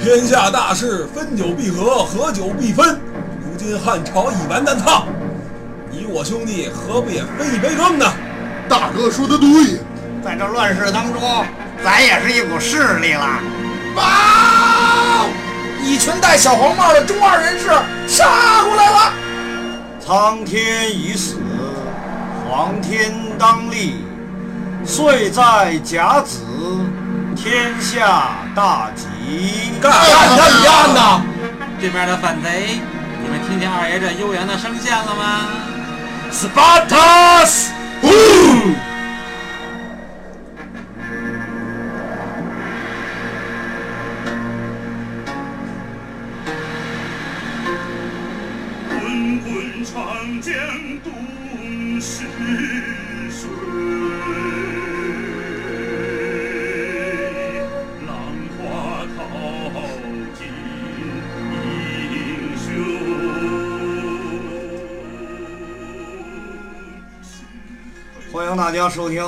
天下大事，分久必合，合久必分。如今汉朝已完蛋操，你我兄弟何不也分一杯羹呢？大哥说的对，在这乱世当中，咱也是一股势力了。报！一群戴小黄帽的中二人士杀过来了！苍天已死，黄天当立，岁在甲子，天下大吉。干干他一案呐！这边的反贼，你们听见二爷这悠扬的声线了吗？ Spartans！滚滚长江东逝水，浪花淘尽英雄。欢迎大家收听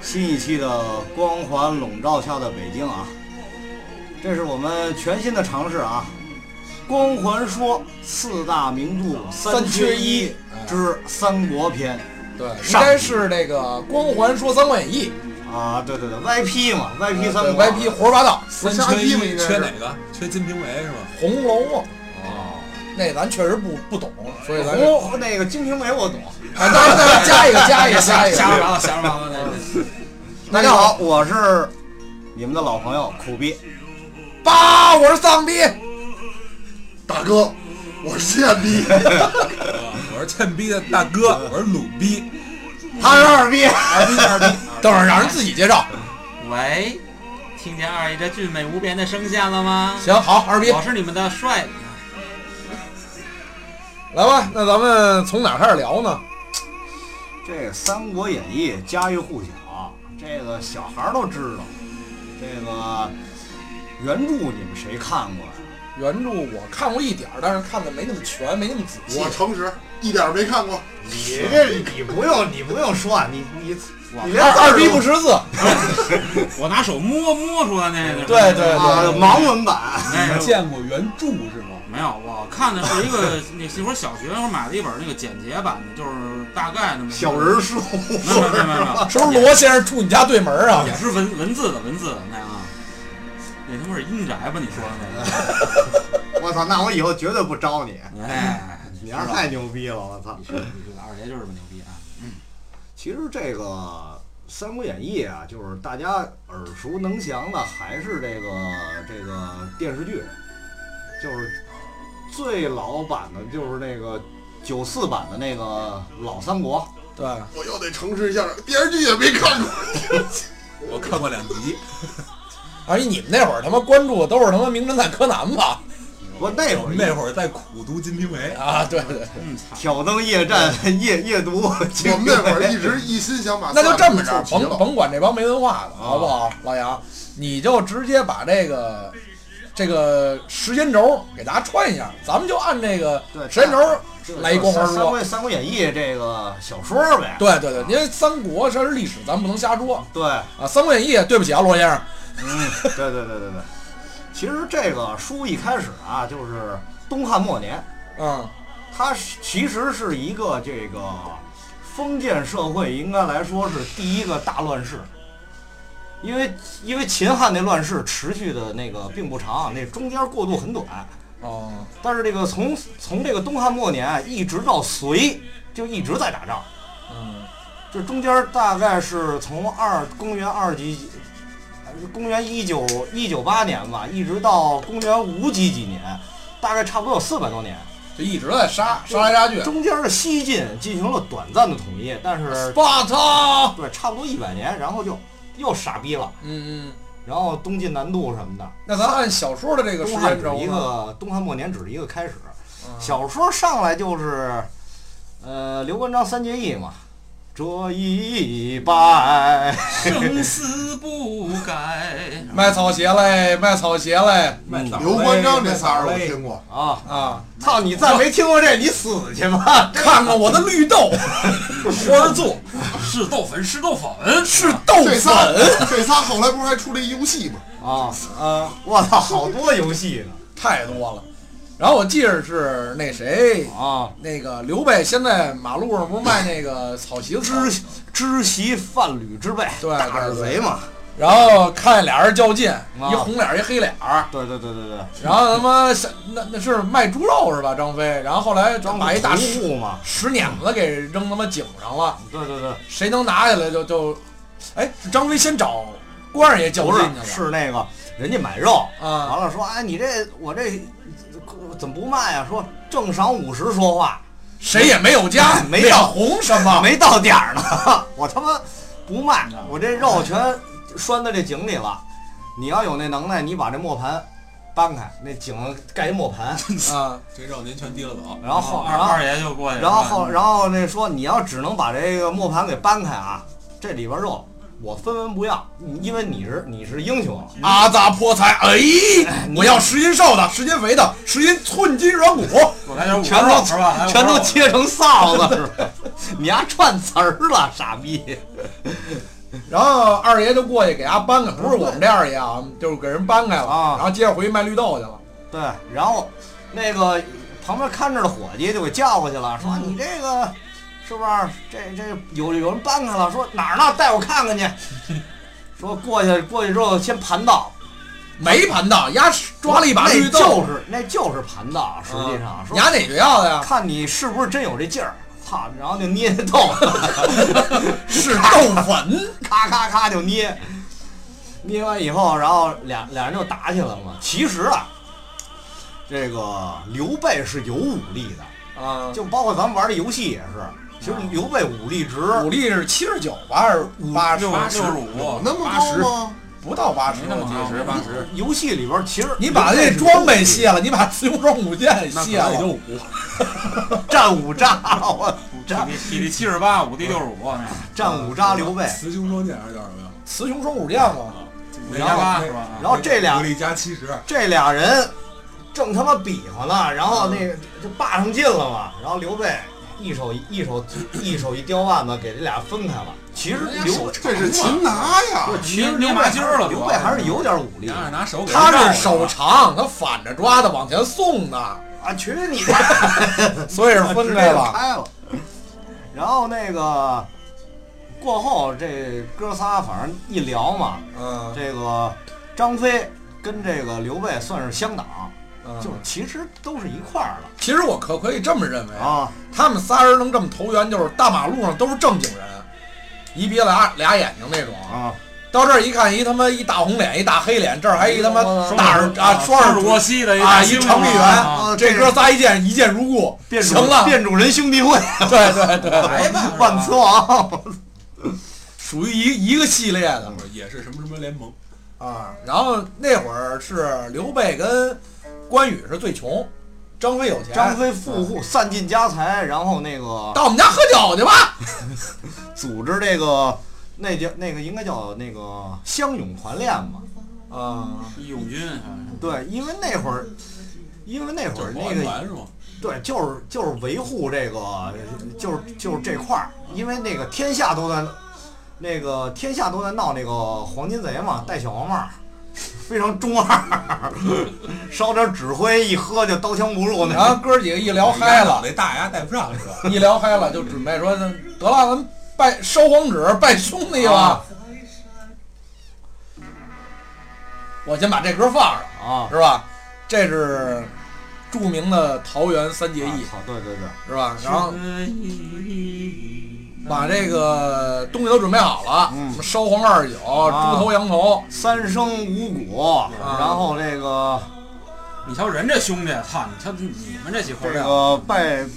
新一期的《光环笼罩下的北京》啊，这是我们全新的尝试啊，《光环说》四大名著三缺一之三国篇对，应上该是那个《光环说三国演义啊，对对对，YP 嘛》，YP 对三国，YP 胡说八道，三不是瞎缺逼吗一，应该是缺哪个？缺《金瓶梅》是吧？ 《红楼梦》哦，那咱确实不不懂，所以咱就红哦那个《金瓶梅》我懂。啊，当然当然加一个加一个加一个。瞎忙瞎忙的，大家好，我是你们的老朋友苦逼。八，我是丧逼，大哥，我是贱逼，我是欠逼的大哥，我是鲁逼，他是二逼，二逼二逼。 等会儿让人自己介绍。喂，听见二爷这俊美无边的声线了吗？行，好，二逼，我是你们的帅，来吧，那咱们从哪儿开始聊呢？这《三国演义》家喻户晓，这个小孩儿都知道。这个原著你们谁看过呀？原著我看过一点儿，但是看的没那么全，没那么仔细我。诚实，一点儿没看过。你这你不用你不用说，你你你连二二逼不是识字，我拿手摸摸出来那个。对对对啊，盲文版。哎你见过原著是吗？没有，我看的是一个那那会儿小学时候买的一本那个简洁版的，就是大概那么小人书，没有没有没有没有， 是不是罗先生住你家对门儿啊也？是文文字的文字的那样啊。那他妈是阴宅吧？你说的那个？ 我操！那我以后绝对不招你， 哎，你丫太牛逼了！我操！二爷就是这么牛逼啊！其实这个《三国演义》啊，就是大家耳熟能详的，还是这个这个电视剧，就是最老版的，就是那个九四版的那个老三国。对，我又得诚实一下，电视剧也没看过。 我看过两集，而且你们那会儿他妈关注的都是他妈名侦探柯南吧？我那会我儿们那会儿在苦读《金瓶梅》，啊，对对，对嗯，操，挑灯夜战， 夜夜读。我 我们那会儿一直一心想把那就这么着仨，人凑甭齐了。甭管这帮没文化的，好不好？啊老杨，你就直接把这个这个时间轴给大家串一下，咱们就按这个对时间轴来一光环三说。国三国演义》这个小说呗。对对对，因为三国这是历史，咱不能瞎说对，啊。《三国演义》，对不起啊，罗先生，嗯，对对对对对。其实这个书一开始啊，就是东汉末年。嗯，它是其实是一个这个封建社会，应该来说是第一个大乱世，因为因为秦汉那乱世持续的那个并不长，那中间过渡很短，哦，但是这个从从这个东汉末年一直到隋，就一直在打仗，嗯，这中间大概是从二公元二几几，还是公元一九一九八年吧，一直到公元五几几年，大概差不多有四百多年。就一直在杀杀来杀去。中间的西晋进行了短暂的统一，但呃是 Sparta，对，差不多一百年，然后就又傻逼了，嗯嗯，然后东晋南渡什么的，那咱按小说的这个时东汉间只是轴一呢？个东汉末年只是一个开始，嗯小说上来就是，呃，刘关张三结义嘛，这一拜，生死不改。卖草鞋嘞，卖草鞋嘞卖枣刘关张这仨人我嘞听过，啊，啊！操，你再没听过这，你死去吧！看看我的绿豆，活着做，是豆粉是豆粉，是豆这仨粉这仨后来不是还出了一游戏吗？啊！啊，我操，好多游戏呢太多了。然后我记着是那谁，啊！那个刘备现在马路上不是卖那个草席子知知悉贩履之辈，对大耳贼嘛！然后看见俩人较劲，一红脸儿一黑脸儿，啊对对对对对，然后他妈是那那是卖猪肉是吧？张飞，然后后来装把一大屠石户嘛！石碾子给扔他妈井上了，对对对，谁能拿下来就就，哎，是张飞先找关二爷较不劲是去了，是那个人家买肉，啊完了说哎你这我这怎么不卖啊？说正赏五十说话，谁也没有家， 没脸到红什么？啊没到点儿呢，我他妈不卖，我这肉全拴在这井里了。你要有那能耐，你把这磨盘搬开，那井盖一磨 盘，啊，这肉您全提了走。然后哦后二然后二爷就过去了，然后后然后那说你要只能把这个磨盘给搬开啊，这里边肉我分文不要，你因为你是你是英雄，啊阿扎泼菜，哎哎，你我要十斤瘦的，十斤肥的，十斤寸金软骨，我来点五哎全都是吧？全都切成臊 子是吧？你丫串词儿了，傻逼！然后二爷就过去给他搬开，不是我们这二爷啊，就是给人搬开了，啊然后接着回去卖绿豆去了。对，然后那个旁边看着的伙计就给叫过去了，说你这个是不是这这有有人搬开了？说哪儿呢？带我看 看去。说过去过去之后先盘道，没盘到，丫抓了一把绿那豆就，是那就是盘道，实际上说丫哪学校的 呀？看你是不是真有这劲儿。操，然后就捏那豆，是豆粉，咔咔咔就捏，捏完以后，然后俩俩人就打起来了嘛。其实啊，这个刘备是有武力的，啊，就包括咱们玩的游戏也是，其实刘备武力值武力是七十九吧，还是八十六六八十十五，那么八十高吗？不到八十没，那么我好记得是八十，游戏里边其实你把刘备那是装备卸了，你把雌雄双股剑那可卸能也就了，五，战五渣，我体战力体力七十八，武力六十五，战五渣刘备，雌雄双剑还是叫什么呀？雌雄双股剑嘛。五加八是吧？然后这俩武力加七十，这俩人正他妈比划呢，然后那个就霸上劲了嘛，然后刘备一手一手一手一刁腕子给这俩分开了。其实刘备这是擒拿呀！不，其实捏刘备麻筋儿了刘备啊还是有点武你力的要是拿手给 他是手长，他反着抓的，往前 送的，啊！去你的，所以是分了，开了。开了。然后那个过后，这哥仨反正一聊嘛， 嗯，这个张飞跟这个刘备算是相党，嗯就是其实都是一块儿其实我可可以这么认为的，啊。他们仨人能这么投缘，就是大马路上都是正经人，一鼻子俩俩眼睛那种。啊，到这儿一看，一他妈一大红脸，一大黑脸，这儿还一他妈哦大耳啊双双耳耳朵过膝的啊，一一程序啊，员，这哥仨一见一见如故，哦变行种了，变种人兄弟会， 对对对，来吧， 万磁王。属于一一个系列的也是什么什么联盟，啊。然后那会儿是刘备跟关羽是最穷，张飞有钱，张飞富户散尽家财，然后那个到我们家喝酒去吧。组织这个那叫那个应该叫那个乡勇团练嘛。啊，义勇军，啊对，因为那会儿，因为那会就是儿保那安个团是吗？对，就是就是维护这个，就是就是这块儿，因为那个天下都在，那个天下都在闹那个黄金贼嘛，戴小黄帽儿， 非常中二， 烧点指挥一喝就刀枪不入然后那。哥几个一聊嗨了，哎那大牙带不上是吧？一聊嗨了就准备说，那得了，咱们拜烧黄纸啊拜兄弟吧。我先把这歌放上，啊，是吧？这是著名的桃园三结义，操，啊对对对，是吧？然后把这个东西都准备好了，嗯啊什么烧黄二酒、猪头羊头，三生五谷，啊然后这个你瞧人这兄弟，操！你瞧你们这几口这人，个拜嗯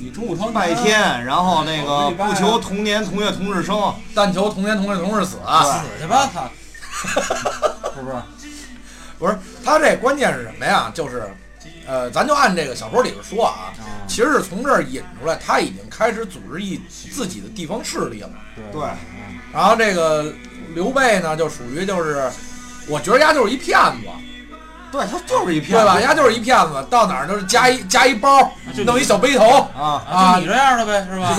你啊中午汤拜天，然后那个礼拜啊不求同年同月同日生，啊但求同年同日同日死。啊死去吧，操！ 是不是？不是，他这关键是什么呀？就是，呃，咱就按这个小说里边说啊，其实是从这儿引出来，他已经开始组织一自己的地方势力了。对，然后这个刘备呢，就属于就是，我觉得丫就是一骗子，对他就是一骗对子，吧？丫就是一骗子，到哪儿都是加一加一包，就弄一小背头，啊，啊，啊就你这样的呗，是 吧？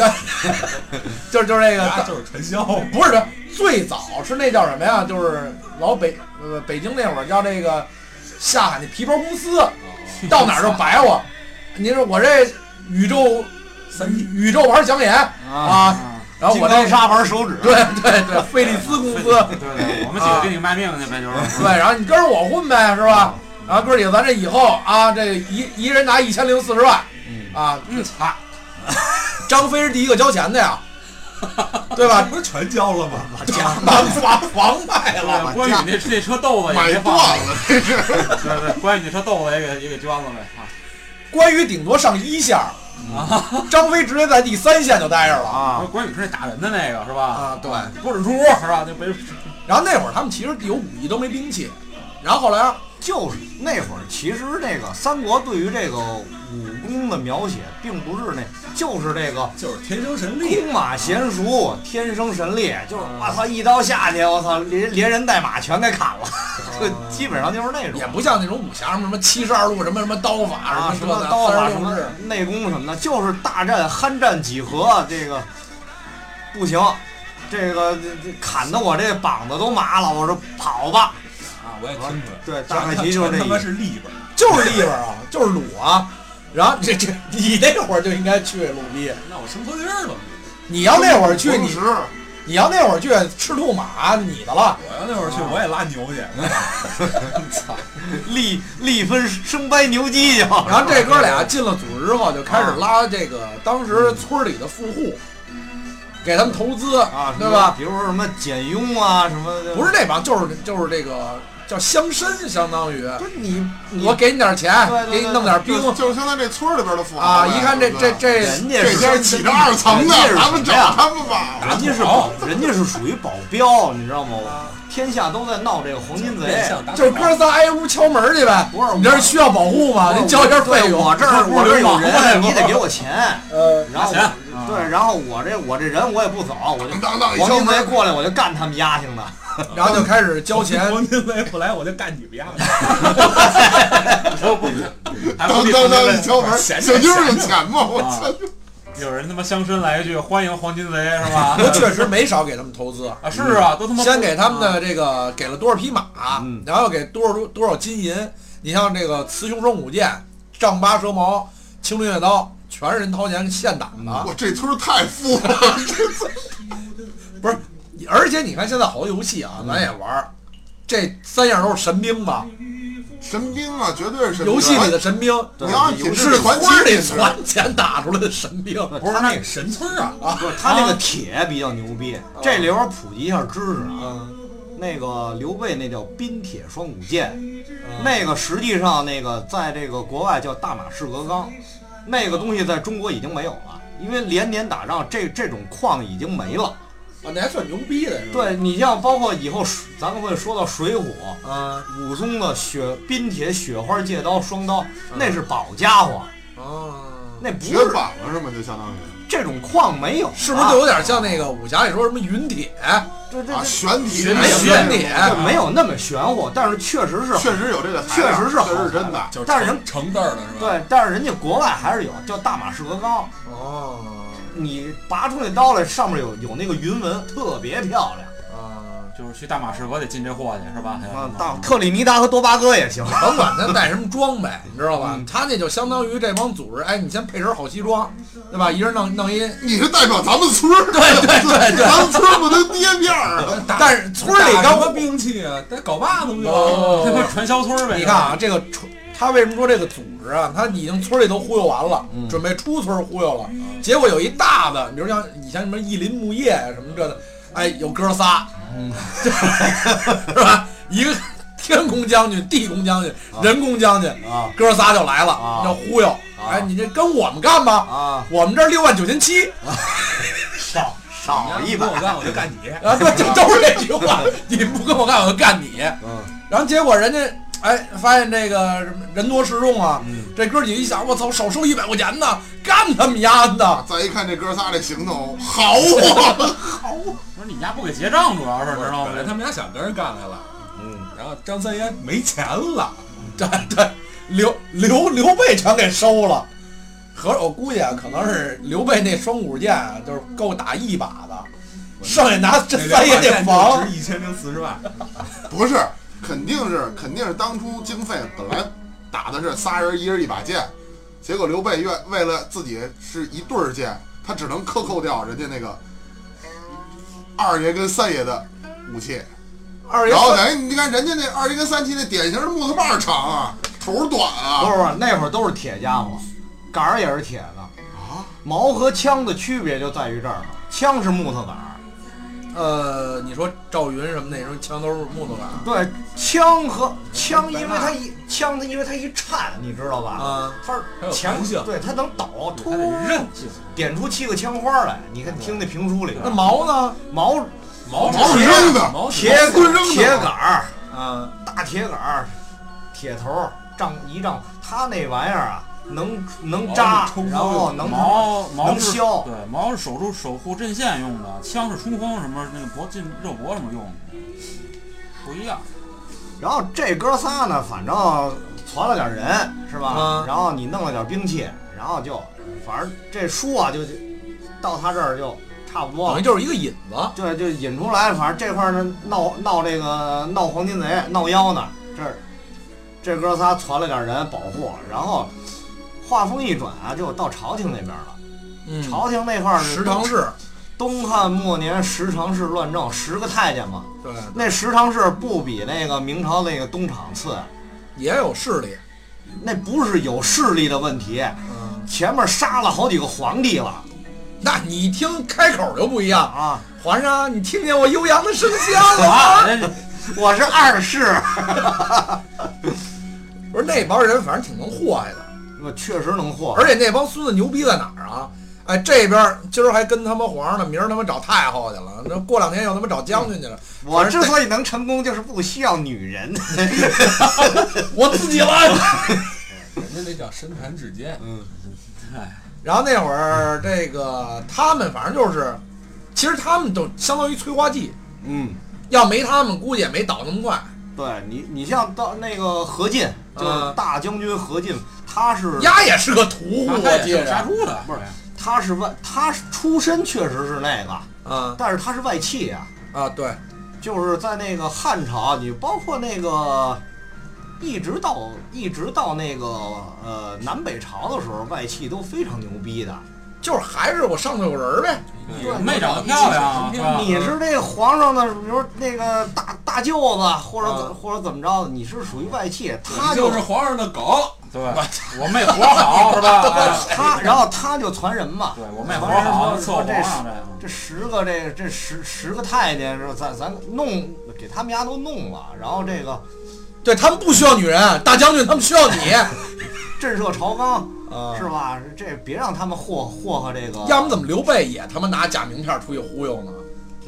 就是就是那他个，就是传销。不是这最早是那叫什么呀？就是老北呃北京那会儿叫这个下海那皮包公司， 到哪 儿就摆我。你说我这宇宙三亿宇宙玩讲演啊，啊，然后金我刚这砂玩手指，对对对，菲利斯公司， 对对，我们几个给你卖命去呗，就是。对，然后你跟着我混呗，是啊吧？然后哥几个，咱这以后啊，这一一人拿一千零四十万嗯，啊，嗯，操，张飞是第一个交钱 的呀，对吧？不是全交了吗？把房房卖了，对关羽那那车豆子也买别放断了，了，这是。对对，关羽那车豆子也给也给捐了呗。啊关羽顶多上一线儿，啊张飞直接在第三线就待着了啊，关羽是那打人的那个是吧？啊，对。不准出屋是吧？那没然后那会儿他们其实有武艺都没兵器，然后后来就是那会儿，其实那个三国对于这个武功的描写，并不是那，就是这个就是天生神力，弓马娴熟，啊天生神力，就是我操一刀下去，我操连连人带马全给砍了，就基本上就是那种啊也不像那种武侠什么什么七十二路什么什么刀啊法什什么么这刀法三什十么六式，内功什么的，就是大战酣战几何啊这个不行，这个这这砍的我这膀子都麻了，我说跑吧，啊，我也听出来。对，大概其就是这他妈意思。是立本，就是地方啊，就是鲁啊。然后这这你那会儿就应该去鲁逼，那我生错地儿了。你要那会儿去同你时你要那会儿去赤兔马你的了，我要那会儿去，我也拉牛去。力力分生掰牛鸡去。然后这哥俩进了组织之后，就开始拉这个当时村里的富户，给他们投资啊，对吧？比如说什么简雍啊，什么的不是那帮，就是就是这个叫乡绅，相当于不是你你我给你点钱对，对给你弄点兵就就是现在这村里边的富豪啊！呗一看这这这人家这是家起着二层的人家是，咱们什找么呀他们吧。人家是保人家是属于保镖，你知道吗？天下都在闹这个黄金贼变。相打就是哥仨挨屋敲门去呗。不是你这是需要保护吗？您啊交一下费用。我这儿我这儿有人，你得给我。我钱。 呃，然后拿钱我对，然后我这我这人我也不走，我就当当当一黄敲金贼门，过来我就干他们丫性的。然后就开始交钱，黄金贼不来，我就干你们丫的！说不准，还不当必当不当必一敲门，闲小着妞儿有钱吗？啊我操！有人他妈乡绅来一句欢迎黄金贼是吧？我确实没少给他们投资。啊，是啊，都他妈先给他们的这个给了多少匹马，嗯然后给多少多少金银。你像这个雌雄双股剑、丈八蛇矛、青龙偃月刀，全是人掏钱现打的。我这村儿太富了，这村不是，而且你看现在好多游戏啊，咱也玩儿，这三样都是神兵吧？神兵啊，绝对是神兵。游戏里的神兵你要按品质是传奇村里品质攒钱打出来的神兵。呃不是那个神村啊，不是他那个铁比较牛逼，这里边儿普及一下知识啊。那个刘备那叫冰铁双股剑，那个实际上那个在这个国外叫大马士革钢，那个东西在中国已经没有了，因为连年打仗，这这种矿已经没了。啊，那还算牛逼的，是吧？对你像包括以后水咱们会说到水浒，啊，武松的雪冰铁雪花借刀双刀，那是宝家伙，哦，那不绝是版了是吗？就相当于这种矿没有了，啊是不是就有点像那个武侠里说什么云铁？这这啊，这玄体玄没有玄这体个哎这没有那么玄乎，但是确实是确实有这个材确料，实是这好是真的。 就是但是人成成字儿的是吧？对，但是人家国外还是有叫大马士革钢，哦，你拔出那刀来，上面有有那个云纹，特别漂亮。啊，就是去大马士革得进这货去是吧？啊， 大克里尼达和多巴哥也行。甭管他带什么装备，你知道吧嗯？他那就相当于这帮组织，哎，你先配身好西装，对吧？一人弄弄一，你是代表咱们村儿，对对对对，咱们村儿不能跌面儿啊！但是村里打刚什么兵器啊？得镐把子不就完了吗？他妈哦，传销村呗。你看啊，这个出他为什么说这个组织啊？他已经村里都忽悠完了，嗯准备出村忽悠了，结果有一大的，比如像以前什么意林木业啊什么这的，哎，有哥仨，嗯 是吧？一个天公将军、地公将军、人公将军，啊哥仨就来了啊，这忽悠，哎，你这跟我们干吧，啊，我们这儿六万九千七，少你少要一不跟我百。干，我就干你。然后对，啊就都是这句话，你不跟我干，我就干你。嗯，然后结果人家哎发现这个什么人多势众啊，这哥几个一想，我操，少收一百块钱呢，干他们丫的！ 啊再一看这哥仨这行头，好啊！不是你家不给结账，主要是知道本来吗？他们俩想跟人干来了，嗯，然后张三爷没钱了，对对，刘刘刘备全给收了。合着我估计啊，可能是刘备那双股剑啊，就是够打一把的，剩下拿这三爷那那房值一千零四十万，不是，肯定是肯定是当初经费本来打的是仨人一人一把剑，结果刘备愿为了自己是一对儿剑，他只能克扣掉人家那个二爷跟三爷的武器，二爷然后等于你看人家那二爷跟三爷那典型的木头棒儿长啊，头儿短不啊是不是，那会儿都是铁家伙，杆儿也是铁的。啊，矛和枪的区别就在于这儿了，枪是木头杆儿，呃，你说赵云什么那时候枪都是木头杆对，枪和枪，因为它一枪，它因为它一颤，你知道吧？啊，它它有是强弹性对，它能倒，突它得韧性。点出七个枪花来。你看，听那评书里边，那矛呢？矛毛毛是扔的毛是铁扔的棍扔的铁杆儿，啊，大铁杆儿，铁头儿丈一丈，它那玩意儿啊，能能毛扎是冲锋，然后用能毛毛能是削对，毛是守住守护阵线用的，枪是冲锋什么那个脖进肉搏什么用的，不一样。然后这哥仨呢，反正传了点人是吧？嗯然后你弄了点兵器，然后就，反正这书啊就到他这儿就差不多等于了。就是一个引子。对，就引出来，反正这块儿呢闹闹这个闹黄金贼闹妖呢，这儿这哥仨传了点人保护，然后话锋一转啊，就到朝廷那边了。嗯，朝廷那块儿是十常侍，东汉末年十常侍乱政，十个太监嘛，对，那十常侍不比那个明朝那个东厂次。也有势力。那不是有势力的问题，嗯，前面杀了好几个皇帝了那你一听开口就不一样。啊！皇上，你听见我悠扬的声响了啊，吗？人家我是二世，不是那帮人，反正挺能祸害的。我确实能获，而且那帮孙子牛逼在哪儿啊？哎，这边儿今儿还跟他妈皇上呢，明儿他妈找太后去了，那过两天又他妈找将军去了。我之所以能成功，就是不需要女人。我自己来。人家那叫身残志坚，嗯然后那会儿，这个他们反正就是，其实他们都相当于催化剂，嗯，要没他们，估计也没倒那么快。对你，你像到那个何进，就是嗯大将军何进，他是丫也是个屠户，啊他我也记是杀着。猪的，不是他是外，他是出身确实是那个，啊但是他是外戚啊，啊，对，就是在那个汉朝，你包括那个，一直到一直到那个呃南北朝的时候，外戚都非常牛逼的。就是还是我上头有人儿呗。对妹长得漂亮啊，是吧？你是这皇上的，比如那个大大舅子，或者啊怎或者怎么着的，你是属于外戚，他他就是是皇上的狗。 对， 我妹活好是吧？哎他，然后他就传人嘛。对我妹活好，伺候说皇这上十这个。这十个这这十十个太监，说咱咱弄给他们家都弄了，然后这个对他们不需要女人，大将军他们需要你。震慑朝纲，啊是吧？这别让他们祸祸害这个。要么怎么刘备也他妈拿假名片出去忽悠呢？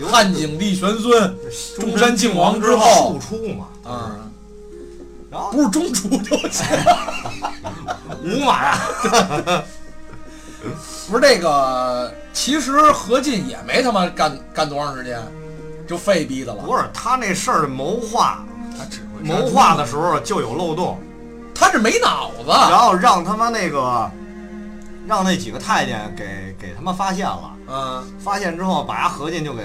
汉景帝玄孙，中山靖王之庶后出嘛，啊，然后不是中厨就行。哎五马啊， 不是这个，其实何进也没他妈干干多长时间，就废逼的了。不是他那事儿的谋划，他只会谋划的时候就有漏洞，他这没脑然子。后让他妈那个，让那几个太监给给他妈发现了，嗯，发现之后把人何进就给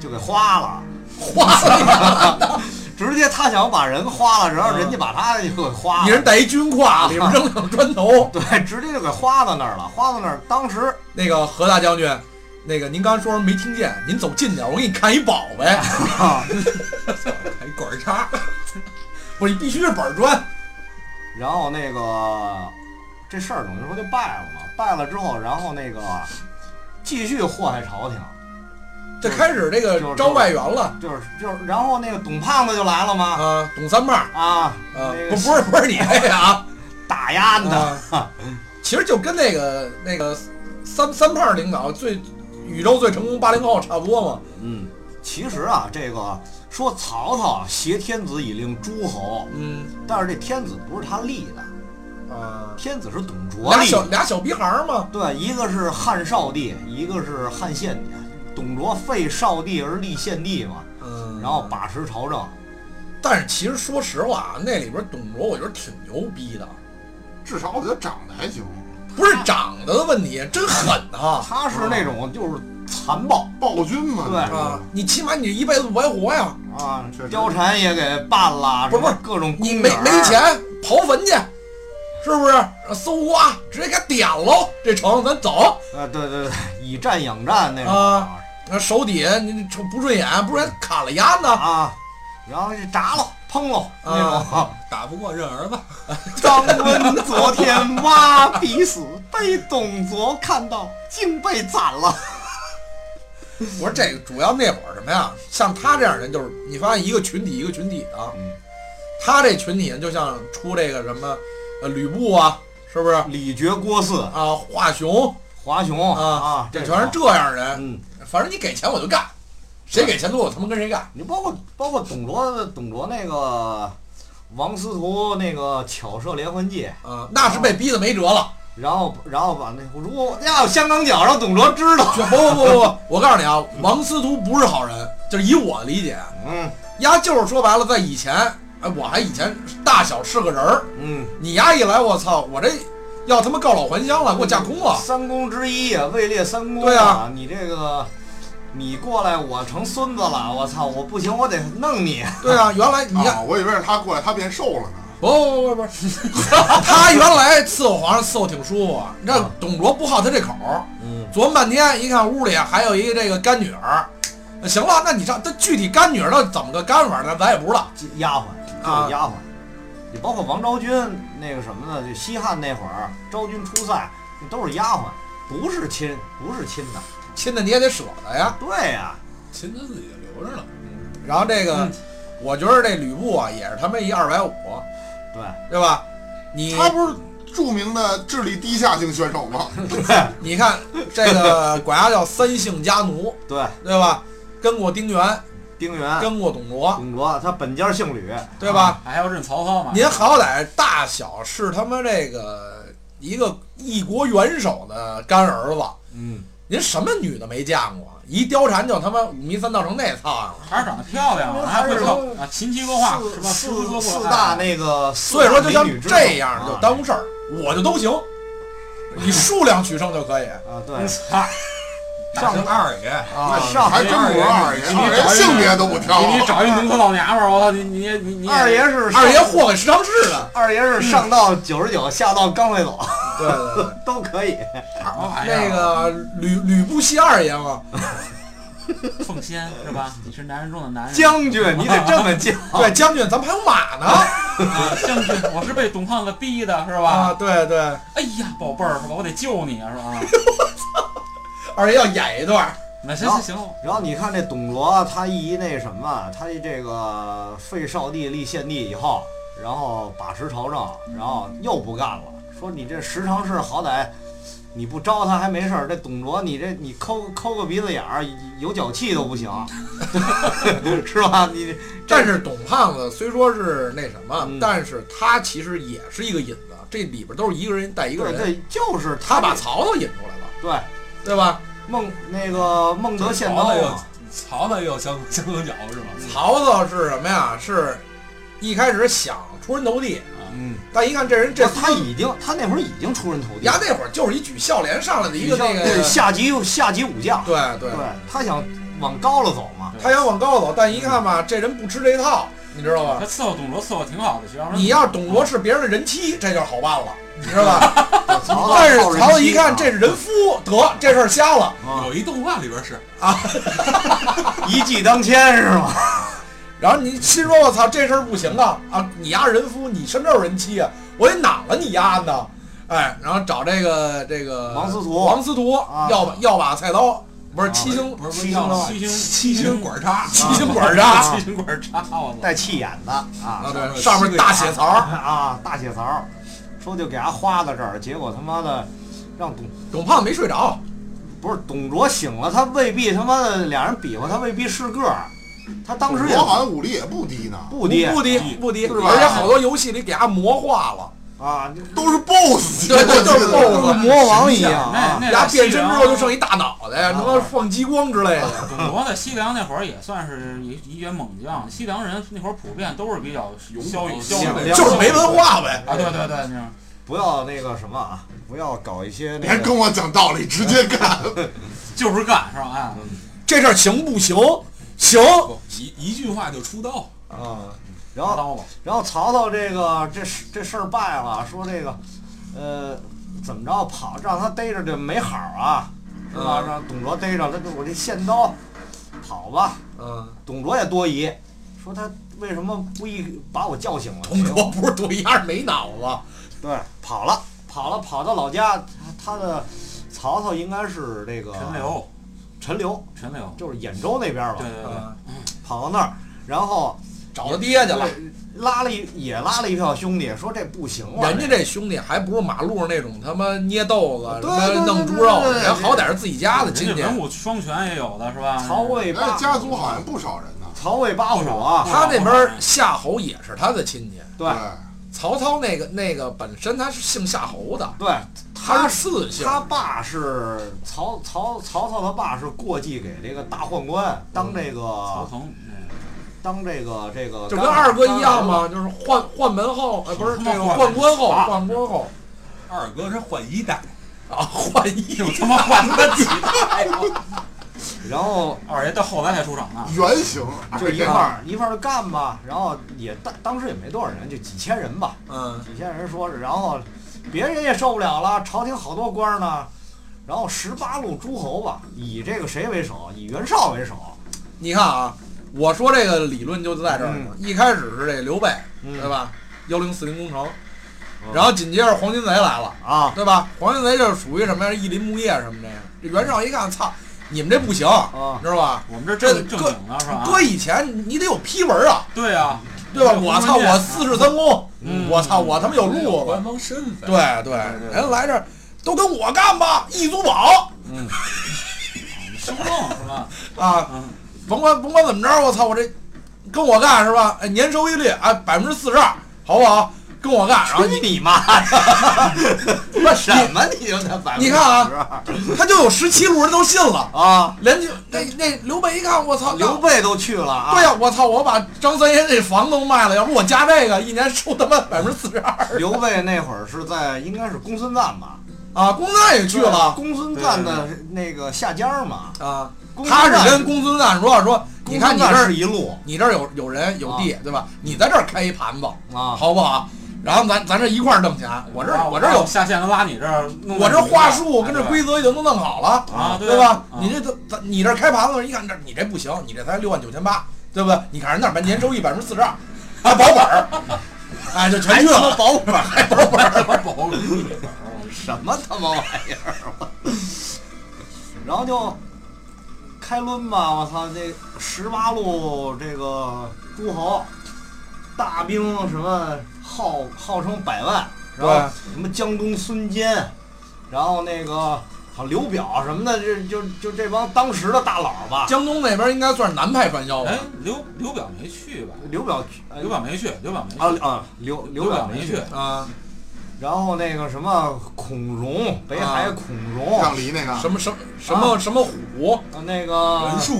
就给花了， 花了 嗯直接他想把人花了，然后人家把他就给花了，你，一人带一军啊挎，里面扔两砖头。对，直接就给花到那儿了，花到那儿，当 时那个何大将军，那个您刚才说什么没听见？您走近点，我给你看一宝贝。啊还管儿叉， 不是，必须是板砖。然后那个这事儿等于说就败了嘛，败了之后，然后那个继续祸害朝廷，这开始这就个是招外援了就是就是，然后那个董胖子就来了嘛，啊，董三胖。啊，啊那，个不不是不是你这个啊，打压他，啊，其实就跟那个那个三三胖领导最宇宙最成功八零后差不多嘛。嗯，其实啊，这个说曹操挟天子以令诸侯，嗯但是这天子不是他立的，啊，天子是董卓俩立小的。俩小逼孩儿嘛。对，一个是汉少帝，一个是汉献帝。董卓废少帝而立献帝嘛，嗯然后把持朝政。但是其实说实话，那里边董卓我觉得挺牛逼啊的，至少我觉得长得还行，不是长得的问题，真狠啊！他是那种就是残暴暴君嘛，对啊，你起码你一辈子不白活呀！啊确实，貂蝉也给办了，不是什么各种你公没园儿没钱刨坟去，是不是？搜刮直接给点喽，这城咱走。啊，对对对，以战养战那种啊那手底下你瞅不顺眼，不然砍了丫呢。啊，然后就炸了、烹啊了那 种。打不过认儿子，张温昨天挖鼻屎被董卓看到，竟被斩了。我说这个主要那会儿什么呀？像他这样人，就是你发现一个群体一个群体的，啊嗯他这群体就像出这个什么呃吕布啊，是不是李傕、郭汜、啊？华雄华雄啊啊，，这这全是这样人。嗯，反正你给钱我就干，谁给钱多我他妈跟谁干。你包括包括董卓董卓那个王司徒那个巧设连环计，啊，那哦是被逼的没辙了。然后然后把那如果要有香港脚让董卓知道，不不不不不，我告诉你啊，王司徒不是好人，就是以我理解，嗯丫就是说白了，在以前，哎，我还以前大小是个人儿，嗯。你丫一来，我操，我这要他妈告老还乡了，给我架空了。三公之一啊，位列三公、对啊啊，你这个，你过来，我成孙子了，我操，我不行，我得弄你。对啊，原来你看，啊，我以为是他过来他变瘦了呢，不不不不不， 他原来伺候皇上伺候挺舒服，你看啊董卓不好他这口儿，嗯，琢磨半天，一看屋里还有一个这个干女儿，那行了，那你上，他具体干女儿到底怎么个干法呢？咱也不知道。丫鬟就是丫鬟，你包括王昭君那个什么呢？就西汉那会儿，昭君出塞，那都是丫鬟，不是亲，不是亲的。亲的你也得舍得呀。对呀、秦他自己就留着了。然后这个，嗯我觉得这吕布啊，也是他妈一二百五，对，对吧？你他不是著名的智力低下型选手吗？你看这个 管家叫三姓家奴，对，对吧？跟过丁原，丁原、跟过董卓，董卓，他本家姓吕，对吧？还要认曹操啊嘛？您好歹大小是他妈这个一个一国元首的干儿子，嗯，您什么女的没见过？一貂蝉就他妈五迷三道成那操样了。还是长得漂亮啊，还会跳啊，琴棋书画是四吧？诗歌四过四大那个，所以说，就像啊四大美女之首这样就啊耽误事儿，我 就都行，以数量取胜就可以。啊，对，嗯上二爷，啊，那上 还真不是二爷，二爷性别都不挑。 你你找一农村老娘们儿，我操你你你你二爷是上二爷，祸给十常侍的，二爷是上到九十九，下到刚会走，对对对。 都可以。什么哎玩意那儿？个吕吕布戏二爷嘛，奉先是吧？你是男人中的男人，将军，你得这么 叫。对将军，咱们还有马呢啊，将军，我是被董胖子逼的是啊，吧？对对，哎呀，宝贝儿是吧？我得救你啊是吧？二爷要演一段，那行行行，然后你看这董卓，啊他一那什么，他一这个废少帝立献帝以后，然后把持朝政，然后又不干了，说你这十常侍好歹你不招他还没事儿，这董卓你这你抠抠个鼻子眼儿，有脚气都不行， 是吧？你但是董胖子虽说是那什么，嗯但是他其实也是一个引子，这里边都是一个人带一个对人，对，就是他把这曹操引出来了，对对吧？孟那个孟德献刀啊曹操又嘛，曹操又香香港脚是吧？嗯曹操是什么呀？是一开始想出人头地，啊嗯，但一看这人这这他孙子已经他那会儿已经出人头地呀了，那会儿就是一举孝廉上来的一个那对个，下级下级武将，对对对，他想往高了走嘛，他想往高走，但一看吧，这人不吃这套，你知道吧他？伺候董卓伺候挺好的，学生你要是董卓是别人的人妻，这就是好办了，你知道吧？曹但是嗯好人曹操妻一看啊这是人夫，得这事儿瞎了。啊有一动画里边是，一骑当千是吗？然后你心说：“我操，这事儿不行啊！啊，你丫人夫，你身边有人妻啊，我得攮了你丫呢！”哎，然后找这个这个王司徒王司徒啊要把要把菜刀，不是啊七星不是不七是星叫刀七星七星管叉，七星管杀啊七星管插我操！带气眼的啊啊，对，上面大血槽，啊，大血槽，说就给他花到这儿，结果他妈的让董董胖没睡着，不是董卓醒了，他未必他妈的俩人比划，他未必是个儿，他当时也我好像武力也不低呢，不低嗯不低不低，是吧而且好多游戏里给他魔化了，啊，你都是 BOSS 级对对，的，都是我记得 BOSS，魔王一样那啊，那然在后变西身之凉后就剩一大脑袋，能够放激光之类的。我在西凉那会儿也算是一一员猛将，西凉人那会儿普遍都是比较骁勇骁想勇对就是没文化呗。啊，对对对，那样不要那个什么啊，不要搞一些那别个跟我讲道理，直接干。就是干是吧？哎，嗯这事儿行不行？行，哦一一句话就出道，啊，拿然后刀吧，然后曹操这个这事这事儿败了，说这个，呃，怎么着跑让他逮着就没好啊，是吧？嗯让董卓逮着，他就我这献刀，跑吧。嗯，董卓也多疑，说他为什么不一把我叫醒了？董卓不是独一二没脑子，对跑了，跑了，跑到老家，他他的曹操应该是这个陈，留，陈留陈留，就是兖州那边吧，对对对，跑到那儿，然后找他爹去了。对拉了一也拉了一票兄弟，说这不行了，人家这兄弟还不是马路上那种他妈捏豆子、什对对对么弄猪肉对对，对人好歹是自己家的亲人戚家。文武双全也有的是吧？曹魏八哎，家族好像不少人呢。曹魏八虎啊，他那边夏侯也是他的亲戚，对曹操那个那个本身他是姓夏侯的，对，他他是四姓。他爸是曹曹曹操他爸是过继给这个大宦官当这曹个啊腾，嗯当这个这个就跟二哥一样嘛，嘛，就是换换门后，呃，不是他这妈个换宦官后，啊宦官后二哥是换一代，啊， 换衣这我他妈换他妈几代了？然后二爷到后来才出场呢，原型啊啊就一块儿一块儿干吧，然后也当当时也没多少人，就几千人吧，嗯，几千人说是，然后别人也受不了了，朝廷好多官儿呢，然后十八路诸侯吧，以这个谁为首？以袁绍为首，你看啊，我说这个理论就在这儿呢。嗯一开始是这刘备，嗯对吧？幺零四零工程，嗯然后紧接着黄金贼来了，啊，对吧？黄金贼就是属于什么呀？意林牧业什么这样。这袁绍一看，操，你们这不行，啊你知道吧？我们这这正正搁经的是吧？搁以前你得有批文啊，对啊，对吧？有我公操，文件我四世三公，嗯我操，我他妈有路子官，方身份。对对，人来这儿都跟我干吧，易租宝嗯修正是 吧？啊，嗯，甭管甭管怎么着，我操，我这跟我干是吧？哎，年收益率啊百分之四十二，好不好？跟我干，然后 去你妈 的！我什么你就才百分之你看啊他就有十七路人都信了，啊，人就那那刘备一看，我操，刘备都去了啊，对呀、我操！我把张三爷那房都卖了，要不我加这个一年收他妈百分之四十二刘备那会儿是在应该是公孙瓒吧，啊！公孙瓒也去了公孙瓒的那个下家嘛，啊，公孙他瓒是跟公孙瓒说说，你看你这公孙瓒儿是一路你这儿有有人有地对吧？你在这儿开一盘子啊，好不好？然后咱咱这一块儿挣钱，我啊这儿我这儿有下线拉你这儿，弄我这话术哎跟这对规则已经都弄好了，啊，对吧？啊你这都咱你这开盘子一看，这你这不行，你这才六万九千八，对不对？你看人那儿年收益百分之四十二，还保本儿，哎，就全去了，保本还保本儿，这 玩保护力， 什么他妈玩意儿啊？然后就开抡吧，我操！这十八路这个诸侯大兵什么号号称百万，然后什么江东孙坚，然后那个好刘表什么的，这就就这帮当时的大佬吧。江东那边应该算是南派传销吧哎？，刘刘表没去吧？刘表，呃刘表没去，刘表没去，啊啊，刘刘表没去。啊，然后那个什么孔融，北海啊孔融，让梨那个什么什么什么什么虎，啊那个袁术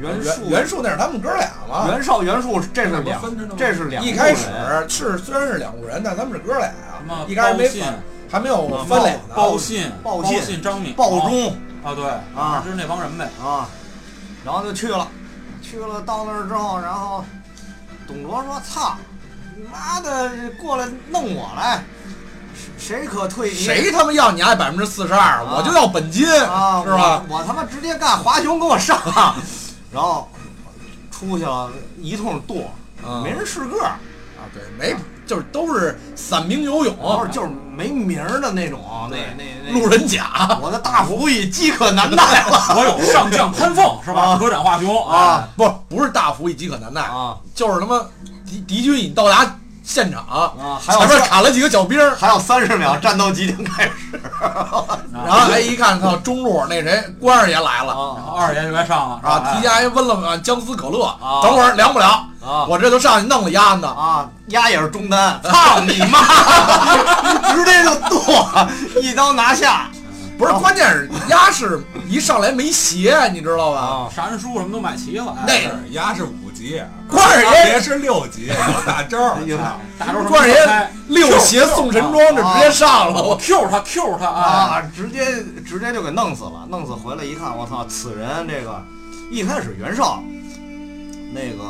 袁术袁袁术那是他们哥俩嘛？袁绍、袁术，这是两这不分着呢，吗这是两路一人。开始是虽然是两路人，但他们是哥俩什么啊，一开始没包信分，还没有啊分脸呢。报信、报信、信张敏、鲍忠啊，对啊就是那帮人呗。啊，然后就去了，去了到那儿之后，然后董卓说：“操，你妈的过来弄我来，谁谁可退敌？谁他妈要你爱百分之四十二，我就要本金，啊？是吧？我？我他妈直接干，华雄给我上！啊然后出去了，一通剁，嗯没人是个儿，啊，对，没就是都是散兵游然后勇，就是没名儿的那种，啊那那那哦路人甲，我的大福已饥渴难耐了我有上将潘凤是吧？啊合斩华雄，啊不不是大福以饥渴难耐，啊！就是他妈敌敌军已到达现场啊还有前面事儿砍了几个小兵儿，还有三十秒，战斗即将开始。然然后哎一看到中路那谁关二爷来了然后二爷就该上了，是吧哎啊，提前还温了碗姜丝可乐，哎啊等会儿凉不了，啊我这都上去弄了鸭呢。啊，鸭也是中 单，操你妈！ 直接就剁，一刀拿下。不是，关键是鸭是一上来没鞋，你知道吧？啊，啥人书什么都买齐了，哎那是牙是五 级，关二别爷，是六级， 有大招儿。啊大周关二爷六鞋送晨装，这直接上了。我我 Q 他 Q 他啊，啊，直接直接就给弄死了。弄死回来一看，我操，此人这个一开始袁绍那个